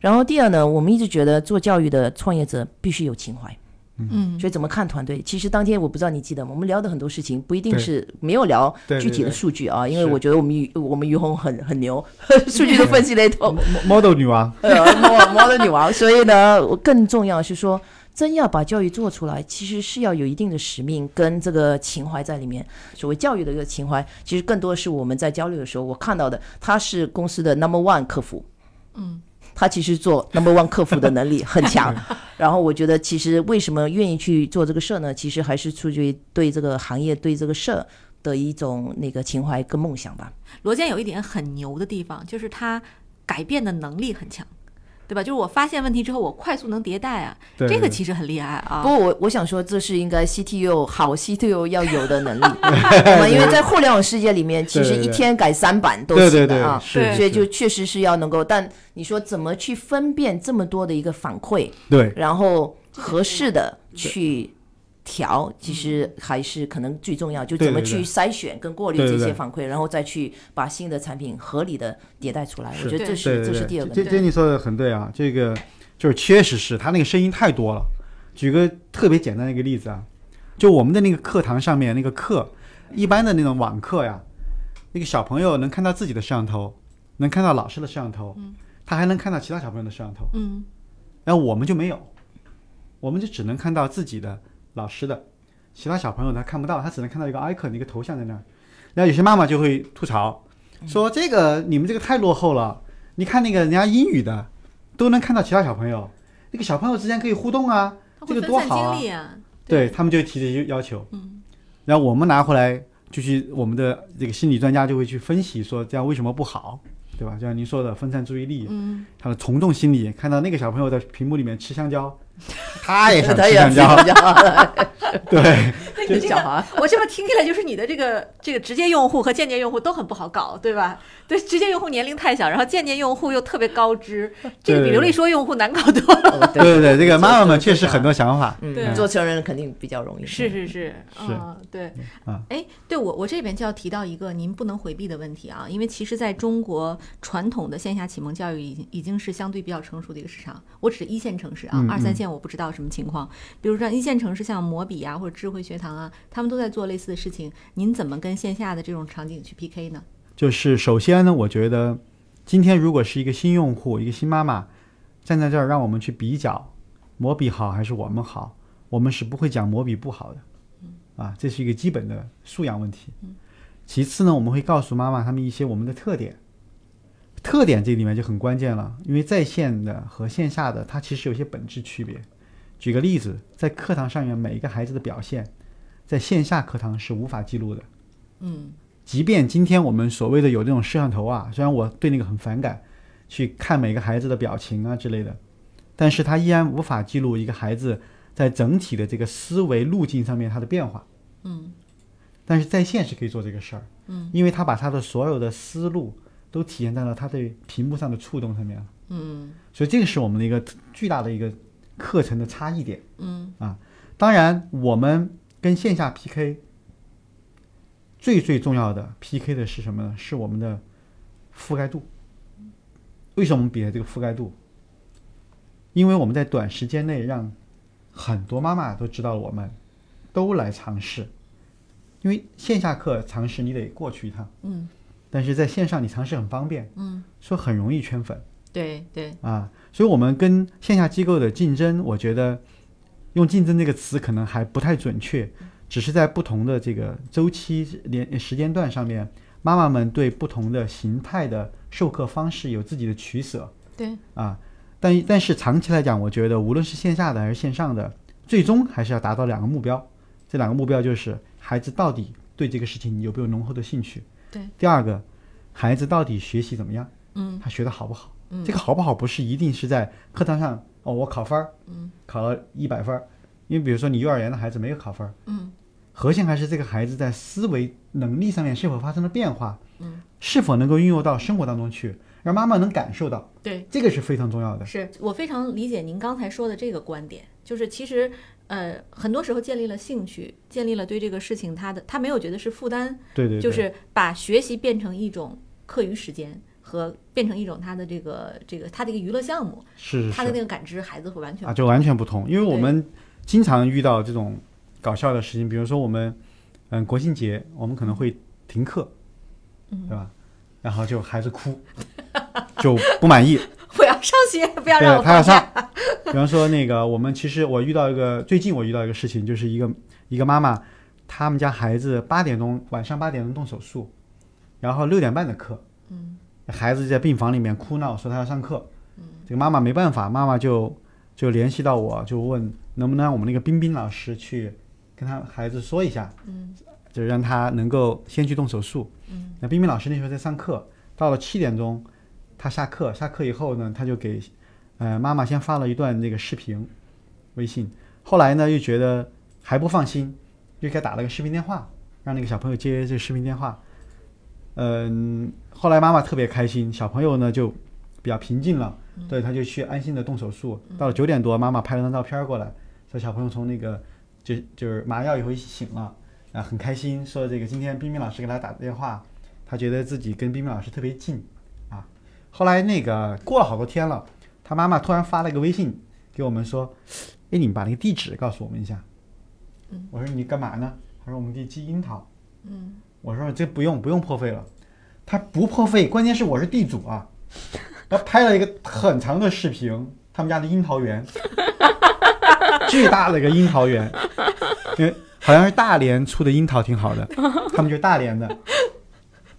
[SPEAKER 3] 然后第二呢，我们一直觉得做教育的创业者必须有情怀。
[SPEAKER 2] 嗯
[SPEAKER 3] 所以怎么看团队？其实当天我不知道你记得吗？我们聊的很多事情不一定
[SPEAKER 1] 对
[SPEAKER 3] 是没有聊
[SPEAKER 1] 对
[SPEAKER 3] 具体的数据啊，因为
[SPEAKER 1] 是
[SPEAKER 3] 我觉得我们于我们于红很很牛， 数据都分析了一通。
[SPEAKER 1] model 女王，
[SPEAKER 3] 呃，魔魔了女王。所以呢，我更重要是说，真要把教育做出来，其实是要有一定的使命跟这个情怀在里面。所谓教育的一个情怀，其实更多是我们在交流的时候，我看到的，他是公司的 number one 客服。
[SPEAKER 2] 嗯。
[SPEAKER 3] 他其实做 number one 客服的能力很强，然后我觉得其实为什么愿意去做这个事儿呢？其实还是出于对这个行业、对这个事儿的一种那个情怀跟梦想吧。
[SPEAKER 2] 罗健有一点很牛的地方，就是他改变的能力很强，对吧？就是我发现问题之后，我快速能迭代啊，
[SPEAKER 1] 对
[SPEAKER 2] 这个其实很厉害啊。
[SPEAKER 3] 不过我我想说，这是应该 CTO 好 CTO 要有的 能力，我们因为在互联网世界里面，其实
[SPEAKER 1] 对对
[SPEAKER 3] 一
[SPEAKER 1] 对
[SPEAKER 3] 天改三版都
[SPEAKER 1] 对对
[SPEAKER 3] 行
[SPEAKER 1] 对
[SPEAKER 3] 的啊，
[SPEAKER 1] 是对
[SPEAKER 3] 所以就确实是要能够。但你说怎么去分辨这么多的一个反馈，
[SPEAKER 1] 对
[SPEAKER 3] 然后合适的去调，其实还是可能最重要，就
[SPEAKER 1] 对
[SPEAKER 3] 怎么
[SPEAKER 1] 对
[SPEAKER 3] 去
[SPEAKER 1] 对
[SPEAKER 3] 筛选跟过滤
[SPEAKER 1] 对对
[SPEAKER 3] 这些
[SPEAKER 1] 对
[SPEAKER 3] 反馈，然后再去把新的产品合理的迭代出来。我
[SPEAKER 1] 是
[SPEAKER 3] 觉得这
[SPEAKER 1] 对
[SPEAKER 3] 是
[SPEAKER 1] 对
[SPEAKER 3] 这
[SPEAKER 1] 对，
[SPEAKER 3] 是第二个
[SPEAKER 1] 这
[SPEAKER 3] 能力。
[SPEAKER 1] 这你说的很对啊，这个就是确实是他那个声音太多了。举个特别简单的一个例子啊，就我们的那个课堂上面那个课，一般的那种网课呀，那个小朋友能看到自己的摄像头，能看到老师的摄像头，
[SPEAKER 3] 嗯
[SPEAKER 1] 他还能看到其他小朋友的摄像头，
[SPEAKER 2] 嗯
[SPEAKER 1] 然后我们就没有，我们就只能看到自己的老师的，其他小朋友他看不到，他只能看到一个 icon 一个头像在那儿。然后有些妈妈就会吐槽，
[SPEAKER 3] 嗯
[SPEAKER 1] 说这个你们这个太落后了，你看那个人家英语的都能看到其他小朋友，那个小朋友之间可以互动啊，
[SPEAKER 2] 他
[SPEAKER 1] 这
[SPEAKER 2] 会
[SPEAKER 1] 个
[SPEAKER 2] 分
[SPEAKER 1] 多
[SPEAKER 2] 散
[SPEAKER 1] 好啊
[SPEAKER 2] 精。力啊。
[SPEAKER 1] 对他们就会提这些要求，然后我们拿回来就去我们的这个心理专家就会去分析说这样为什么不好，对吧？就像您说的分散注意力，
[SPEAKER 2] 嗯，
[SPEAKER 1] 他的从众心理，看到那个小朋 友在屏幕里面吃香蕉，他也想
[SPEAKER 3] 他
[SPEAKER 1] 吃
[SPEAKER 3] 也
[SPEAKER 1] 香
[SPEAKER 3] 要
[SPEAKER 1] 蕉，
[SPEAKER 3] 比较好
[SPEAKER 1] 对
[SPEAKER 2] 那你这
[SPEAKER 3] 小
[SPEAKER 2] 个，
[SPEAKER 3] 孩，
[SPEAKER 2] 我这么听起来就是你的这个这个直接用户和间接用户都很不好搞，对吧？对，直接用户年龄太小，然后间接用户又特别高 知，这个比
[SPEAKER 1] 对
[SPEAKER 2] 刘丽说用户难搞 多了。
[SPEAKER 3] 哦
[SPEAKER 1] 对对对，这个
[SPEAKER 3] 做
[SPEAKER 1] 妈妈
[SPEAKER 3] 做
[SPEAKER 1] 们
[SPEAKER 3] 这
[SPEAKER 1] 确实
[SPEAKER 3] 个
[SPEAKER 1] 很多想法。
[SPEAKER 2] 对
[SPEAKER 3] 嗯，做成人肯定比较容易。
[SPEAKER 2] 是是是，
[SPEAKER 1] 是
[SPEAKER 2] 嗯，对
[SPEAKER 1] 啊，
[SPEAKER 2] 哎，对我我这边就要提到一个您不能回避的问题啊，因为其实在中国传统的线下启蒙教育已经已经是相对比较成熟的一个市场，我指一线城市啊
[SPEAKER 1] 嗯，
[SPEAKER 2] 二三
[SPEAKER 1] 嗯
[SPEAKER 2] 线我不知道什么情况，比如像一线城市像摩比啊或者智慧学堂啊，他们都在做类似的事情，您怎么跟线下的这种场景去 PK 呢？
[SPEAKER 1] 就是首先呢，我觉得今天如果是一个新用户，一个新妈妈站在这儿，让我们去比较摩比好还是我们好，我们是不会讲摩比不好的，啊，这是一个基本的素养问题。其次呢，我们会告诉妈妈他们一些我们的特点，特点这里面就很关键了，因为在线的和线下的它其实有些本质区别。举个例子，在课堂上面每一个孩子的表现，在线下课堂是无法记录的。
[SPEAKER 2] 嗯
[SPEAKER 1] 即便今天我们所谓的有这种摄像头啊，虽然我对那个很反感，去看每个孩子的表情啊之类的，但是它依然无法记录一个孩子在整体的这个思维路径上面他的变化。
[SPEAKER 2] 嗯
[SPEAKER 1] 但是在线是可以做这个事儿，
[SPEAKER 2] 嗯，
[SPEAKER 1] 因为他把他的所有的思路都体现在了他对屏幕上的触动上面了，
[SPEAKER 2] 嗯
[SPEAKER 1] 所以这个是我们的一个巨大的一个课程的差异点。啊
[SPEAKER 2] 嗯
[SPEAKER 1] 当然，我们跟线下 PK 最最重要的 PK 的是什么呢？是我们的覆盖度。为什么我们比的这个覆盖度？因为我们在短时间内让很多妈妈都知道了我们，都来尝试。因为线下课尝试你得过去一趟，
[SPEAKER 2] 嗯
[SPEAKER 1] 但是在线上你尝试很方便，
[SPEAKER 2] 嗯，
[SPEAKER 1] 所以很容易圈粉。
[SPEAKER 2] 对对，
[SPEAKER 1] 啊，所以我们跟线下机构的竞争，我觉得用“竞争”这个词可能还不太准确，只是在不同的这个周期连时间段上面，妈妈们对不同的形态的授课方式有自己的取舍。
[SPEAKER 2] 对
[SPEAKER 1] 啊，但但是长期来讲，我觉得无论是线下的还是线上的，最终还是要达到两个目标。这两个目标就是孩子到底对这个事情有没有浓厚的兴趣，
[SPEAKER 2] 对。
[SPEAKER 1] 第二个，孩子到底学习怎么样，
[SPEAKER 2] 嗯
[SPEAKER 1] 他学的好不好。
[SPEAKER 2] 嗯
[SPEAKER 1] 这个好不好不是一定是在课堂上哦，我考分儿，
[SPEAKER 2] 嗯，
[SPEAKER 1] 考了一百分儿，因为比如说你幼儿园的孩子没有考分儿，
[SPEAKER 2] 嗯
[SPEAKER 1] 核心还是这个孩子在思维能力上面是否发生了变化，
[SPEAKER 2] 嗯，
[SPEAKER 1] 是否能够运用到生活当中去，让妈妈能感受到，
[SPEAKER 2] 对。
[SPEAKER 1] 这个是非常重要的。
[SPEAKER 2] 是我非常理解您刚才说的这个观点，就是其实呃，很多时候建立了兴趣，建立了对这个事情他的他没有觉得是负担，
[SPEAKER 1] 对对对，
[SPEAKER 2] 就是把学习变成一种课余时间和变成一种他的这个这个他的一个娱乐项目，
[SPEAKER 1] 是是
[SPEAKER 2] 他的那
[SPEAKER 1] 是
[SPEAKER 2] 个感知孩子会完全
[SPEAKER 1] 啊，就完全不同，因为我
[SPEAKER 2] 对
[SPEAKER 1] 们经常遇到这种搞笑的事情，比如说我们嗯国庆节，我们可能会停课，
[SPEAKER 2] 嗯
[SPEAKER 1] 对吧？然后就孩子哭，就不满意。
[SPEAKER 2] 我要上学， 不要让
[SPEAKER 1] 对
[SPEAKER 2] 我
[SPEAKER 1] 他要
[SPEAKER 2] 放假
[SPEAKER 1] 上。比方说那个，我们其实我遇到一个最近我遇到一个事情，就是一个一个妈妈，他们家孩子八点钟晚上八点钟动手术，然后六点半的课，嗯，孩子在病房里面哭闹说他要上课，嗯，这个妈妈没办法，妈妈就就联系到我，就问能不能让我们那个冰冰老师去跟他孩子说一下，
[SPEAKER 2] 嗯，
[SPEAKER 1] 就让他能够先去动手术，
[SPEAKER 2] 嗯，
[SPEAKER 1] 那冰冰老师那时候在上课，到了七点钟，他下课，下课以后呢，他就给呃，妈妈先发了一段那个视频，微信。后来呢，又觉得还不放心，又给他打了个视频电话，让那个小朋友接这个视频电话。嗯，后来妈妈特别开心，小朋友呢就比较平静了，对，他就去安心的动手术。到了九点多，妈妈拍了张照片过来，说小朋友从那个就就是麻药以后醒了，啊，很开心，说这个今天冰冰老师给他打的电话，他觉得自己跟冰冰老师特别近，啊。后来那个过了好多天了。他妈妈突然发了个微信给我们说：“哎，你们把那个地址告诉我们一下。”我说：“你干嘛呢？”他说：“我们可以寄樱桃。”嗯，我说：“这不用不用破费了。”他不破费，关键是我是地主啊。他拍了一个很长的视频，他们家的樱桃园，巨大的一个樱桃园，因为好像是大连出的樱桃挺好的，他们就大连的，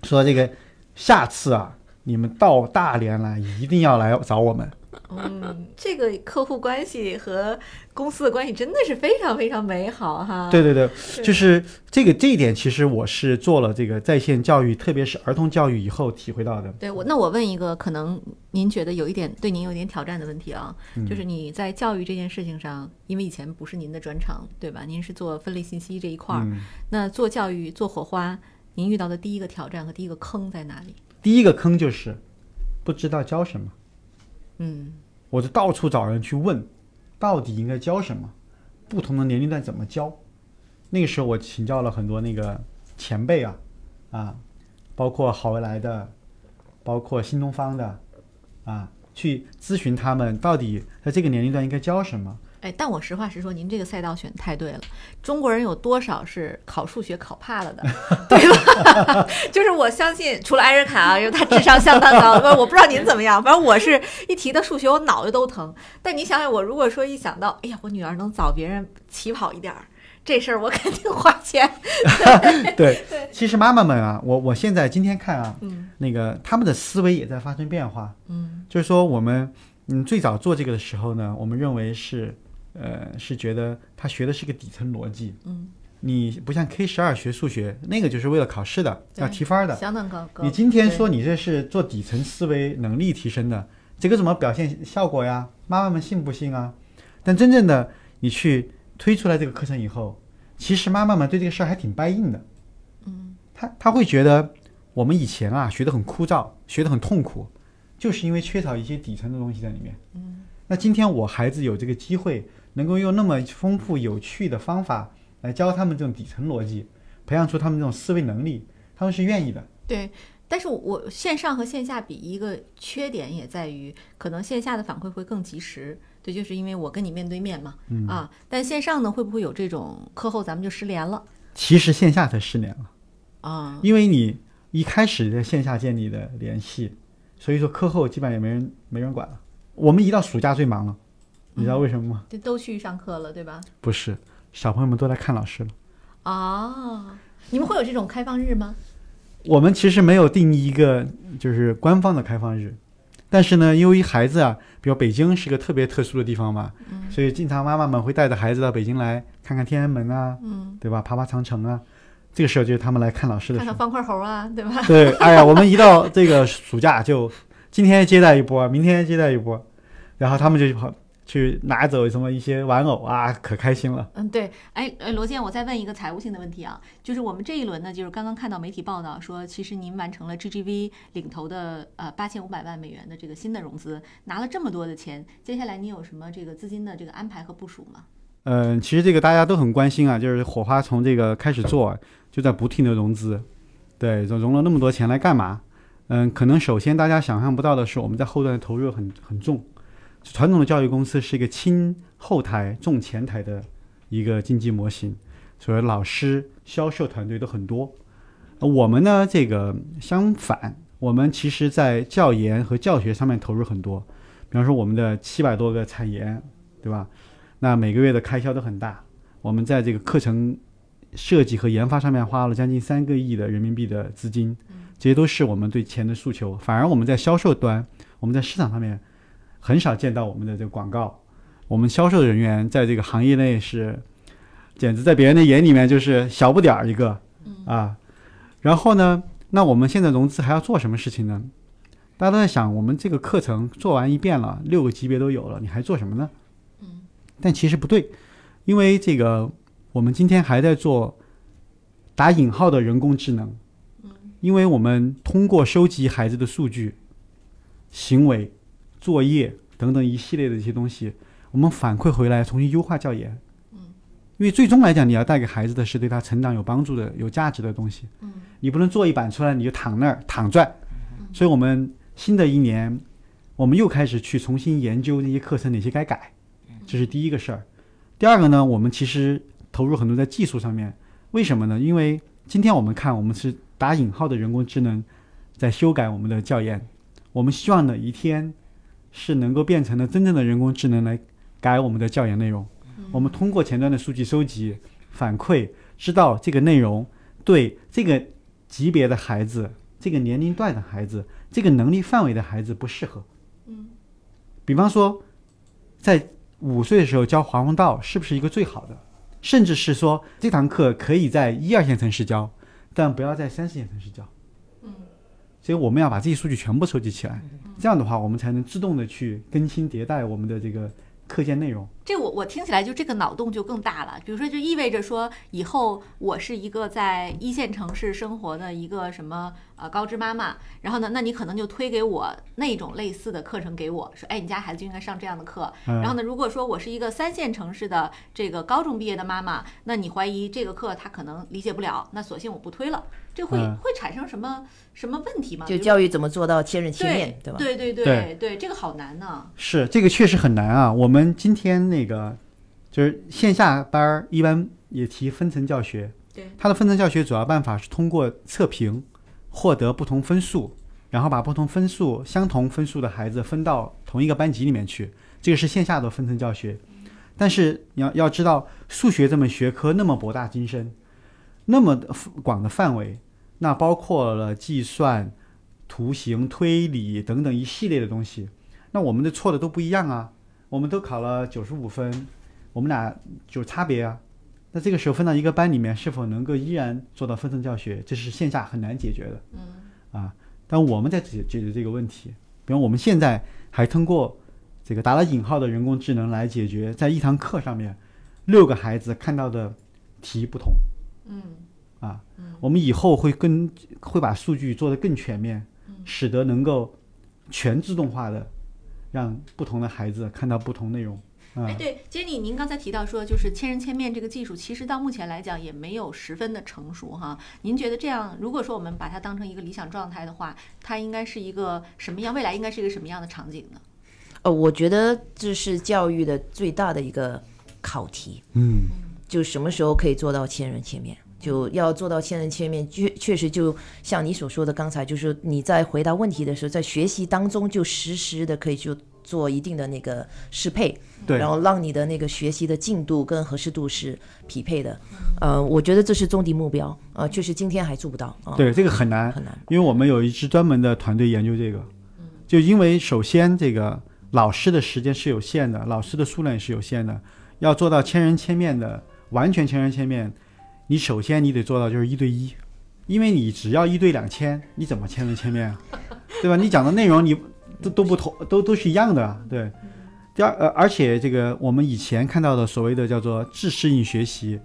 [SPEAKER 1] 说这个下次啊，你们到大连来一定要来找我们。
[SPEAKER 2] 嗯，这个客户关系和公司的关系真的是非常非常美好哈。
[SPEAKER 1] 对对对，就是这个这一点，其实我是做了这个在线教育，特别是儿童教育以后体会到的。
[SPEAKER 2] 对我，那我问一个可能您觉得有一点对您有点挑战的问题啊，就是你在教育这件事情上，因为以前不是您的专长，对吧？您是做分类信息这一块儿，那做教育做火花，您遇到的第一个挑战和第一个坑在哪里？
[SPEAKER 1] 第一个坑就是不知道教什么，
[SPEAKER 2] 嗯
[SPEAKER 1] 我就到处找人去问，到底应该教什么，不同的年龄段怎么教。那个时候我请教了很多那个前辈啊，啊，包括好未来的，包括新东方的，啊，去咨询他们到底在这个年龄段应该教什么。
[SPEAKER 2] 哎，但我实话实说，您这个赛道选太对了。中国人有多少是考数学考 怕了的，对吧？ 就是我相信，除了艾瑞卡啊，因为他智商相当高，不，我不知道您怎么样，反正我是一提到数学，我脑袋都疼。但你想想，我如果说一想到，哎呀，我女儿能早别人起跑一点儿，这事儿我肯定花钱。
[SPEAKER 1] 对，其实妈妈们啊，我我现在今天看啊，那个他们的思维也在发生变化。嗯，就是说我们嗯最早做这个的时候呢，我们认为是呃是觉得他学的是个底层逻辑。嗯，你不像 K 十二学数学，那个就是为了考试的，
[SPEAKER 2] 对
[SPEAKER 1] 要提分儿的。
[SPEAKER 2] 相当高高。
[SPEAKER 1] 你今天说你这是做底层思维能力提升的，这个怎么表现效果呀？妈妈们信不信啊？但真正的你去推出来这个课程以后，其实妈妈们对这个事儿还挺掰硬的。嗯，她她会觉得我们以前啊学得很枯燥，学得很痛苦，就是因为缺少一些底层的东西在里面。嗯，那今天我孩子有这个机会，能够用那么丰富有趣的方法来教他们这种底层逻辑，培养出他们这种思维能力，他们是愿意的。
[SPEAKER 2] 对，但是我我线上和线下比，一个缺点也在于，可能线下的反馈会更及时。对，就是因为我跟你面对面嘛，啊，但线上呢，会不会有这种课后咱们就失联了
[SPEAKER 1] 其实线下才失联了，
[SPEAKER 2] 啊？
[SPEAKER 1] 因为你一开始在线下建立的联系，所以说课后基本上也没人没人管了。我们一到暑假最忙了，你知道为什么吗？
[SPEAKER 2] 这都去上课了，对吧？
[SPEAKER 1] 不是，小朋友们都来看老师了。
[SPEAKER 2] 啊，你们会有这种开放日吗？
[SPEAKER 1] 我们其实没有定义一个就是官方的开放日，但是呢，由于孩子啊，比如北京是个特别特殊的地方嘛，所以经常妈妈们会带着孩子到北京来看看天安门啊，对吧？爬爬长城啊，这个时候就是他们来看老师的
[SPEAKER 2] 看
[SPEAKER 1] 时候
[SPEAKER 2] 看。方块猴啊，对吧？
[SPEAKER 1] 对，哎呀，我们一到这个暑假就今天接待一波，明天接待一波，然后他们就跑去拿走什么一些玩偶啊，可开心了。
[SPEAKER 2] 嗯，对，哎，呃，罗健，我再问一个财务性的问题啊，就是我们这一轮呢，就是刚刚看到媒体报道说，其实您完成了 GGV 领头的呃八千五百万美元的这个新的融资，拿了这么多的钱，接下来你有什么这个资金的这个安排和部署吗？
[SPEAKER 1] 嗯，其实这个大家都很关心啊，就是火花从这个开始做，就在不停的融资，对，融融了那么多钱来干嘛？嗯，可能首先大家想象不到的是，我们在后端的投入很很重。传统的教育公司是一个轻后台重前台的一个经济模型，所以老师、销售团队都很多。呃我们呢，这个相反，我们其实在教研和教学上面投入很多，比方说我们的七百多个产研，对吧？那每个月的开销都很大。我们在这个课程设计和研发上面花了将近三个亿的人民币的资金，这些都是我们对钱的诉求。反而我们在销售端，我们在市场上面很少见到我们的这个广告。我们销售人员在这个行业内是，简直在别人的眼里面就是小不点儿一个啊。然后呢，那我们现在融资还要做什么事情呢？大家都在想，我们这个课程做完一遍了，六个级别都有了，你还做什么呢？但其实不对，因为这个我们今天还在做打引号的人工智能，因为我们通过收集孩子的数据、行为、作业等等一系列的一些东西，我们反馈回来重新优化教研。因为最终来讲，你要带给孩子的是对他成长有帮助的、有价值的东西。你不能做一版出来你就躺那儿躺赚。所以我们新的一年，我们又开始去重新研究那些课程哪些该改。这是第一个事儿。第二个呢，我们其实投入很多在技术上面，为什么呢？因为今天我们看，我们是打引号的人工智能在修改我们的教研，我们希望哪一天是能够变成了真正的人工智能来改我们的教研内容。我们通过前端的数据收集、反馈，知道这个内容对这个级别的孩子、这个年龄段的孩子、这个能力范围的孩子不适合。嗯，比方说，在五岁的时候教华容道是不是一个最好的？甚至是说这堂课可以在一二线城市教，但不要在三四线城市教。所以我们要把这些数据全部收集起来，这样的话，我们才能自动的去更新迭代我们的这个课件内容。
[SPEAKER 2] 这我我听起来就这个脑洞就更大了。比如说，就意味着说，以后我是一个在一线城市生活的一个什么呃高知妈妈，然后呢，那你可能就推给我那种类似的课程给我，说，哎，你家孩子就应该上这样的课。
[SPEAKER 1] 嗯
[SPEAKER 2] 然后呢，如果说我是一个三线城市的这个高中毕业的妈妈，那你怀疑这个课她可能理解不了，那索性我不推了。这会
[SPEAKER 1] 嗯
[SPEAKER 2] 会产生什么什么问题吗？
[SPEAKER 3] 就
[SPEAKER 2] 比如
[SPEAKER 3] 教育怎么做到千人千面
[SPEAKER 2] 对，
[SPEAKER 3] 对吧？
[SPEAKER 2] 对对对
[SPEAKER 1] 对
[SPEAKER 2] 对，这个好难呢、
[SPEAKER 1] 是这个确实很难啊。我们今天那个就是线下班儿，一般也提分层教学。
[SPEAKER 2] 对，
[SPEAKER 1] 它的分层教学主要办法是通过测评获得不同分数，然后把不同分数相同分数的孩子分到同一个班级里面去。这个是线下的分层教学。但是你要要知道，数学这门学科那么博大精深，那么的呃广的范围，那包括了计算、图形推理等等一系列的东西。那我们的错的都不一样啊，我们都考了九十五分，我们俩就差别啊。那这个时候分到一个班里面，是否能够依然做到分层教学，这是线下很难解决的。嗯，啊，但我们在解解决这个问题，比方我们现在还通过这个打了引号的人工智能来解决，在一堂课上面六个孩子看到的题不同。嗯，啊，我们以后会更会把数据做得更全面，使得能够全自动化的让不同的孩子看到不同内容。啊、
[SPEAKER 2] 哎，对，杰尼，您刚才提到说，就是千人千面这个技术，其实到目前来讲也没有十分的成熟哈。您觉得这样，如果说我们把它当成一个理想状态的话，它应该是一个什么样？未来应该是一个什么样的场景呢？
[SPEAKER 3] 呃，我觉得这是教育的最大的一个考题。嗯，就什么时候可以做到千人千面？就要做到千人千面，确确实就像你所说的，刚才就是你在回答问题的时候，在学习当中就实时的可以就做一定的那个适配，
[SPEAKER 1] 对
[SPEAKER 3] 然后让你的那个学习的进度跟合适度是匹配的。呃，我觉得这是终极目标。呃，确实今天还做不到啊。
[SPEAKER 1] 对，这个很难，
[SPEAKER 3] 很难，嗯
[SPEAKER 1] 因为我们有一支专门的团队研究这个。就因为首先这个老师的时间是有限的，老师的数量也是有限的，要做到千人千面的完全千人千面，你首先你得做到就是一对一，因为你只要一对两千，你怎么千人千 面啊？对吧？你讲的内容你都都不同，都都是一样的啊，对。第二，呃，而且这个我们以前看到的所谓的叫做知适应学习，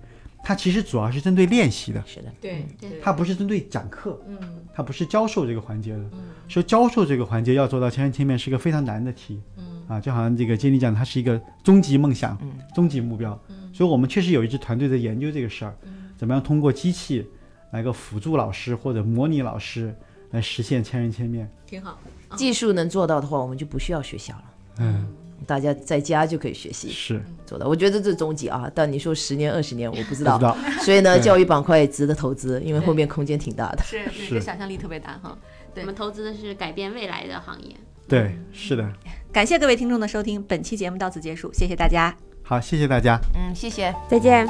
[SPEAKER 1] 它其实主要是针对练习的。
[SPEAKER 3] 是的。
[SPEAKER 2] 对对
[SPEAKER 1] 它不是针对讲课，
[SPEAKER 2] 嗯，
[SPEAKER 1] 它不是教授这个环节的，说教授这个环节要做到千人千面是个非常难的题，嗯，啊，就好像这个接力讲，它是一个终极梦想，终极目标，所以我们确实有一支团队在研究这个事儿，怎么样通过机器来个辅助老师或者模拟老师来实现千人千面，
[SPEAKER 2] 挺好。
[SPEAKER 3] 技术能做到的话，我们就不需要学校了，
[SPEAKER 1] 嗯，
[SPEAKER 3] 大家在家就可以学习。
[SPEAKER 1] 是
[SPEAKER 3] 做的，我觉得这终极啊，但你说十年、二十年，我不知
[SPEAKER 1] 不知
[SPEAKER 3] 道。
[SPEAKER 1] 道，
[SPEAKER 3] 所以呢，
[SPEAKER 1] 对
[SPEAKER 3] 教育板块也值得投资，因为后面空间挺大的。
[SPEAKER 2] 是对，这想象力特别大哈。对
[SPEAKER 4] 我们投资的是改变未来的行业。
[SPEAKER 1] 对，是的，
[SPEAKER 2] 感谢各位听众的收听，本期节目到此结束，谢谢大家。
[SPEAKER 1] 好，谢谢大家。
[SPEAKER 3] 嗯，谢谢。
[SPEAKER 4] 再见。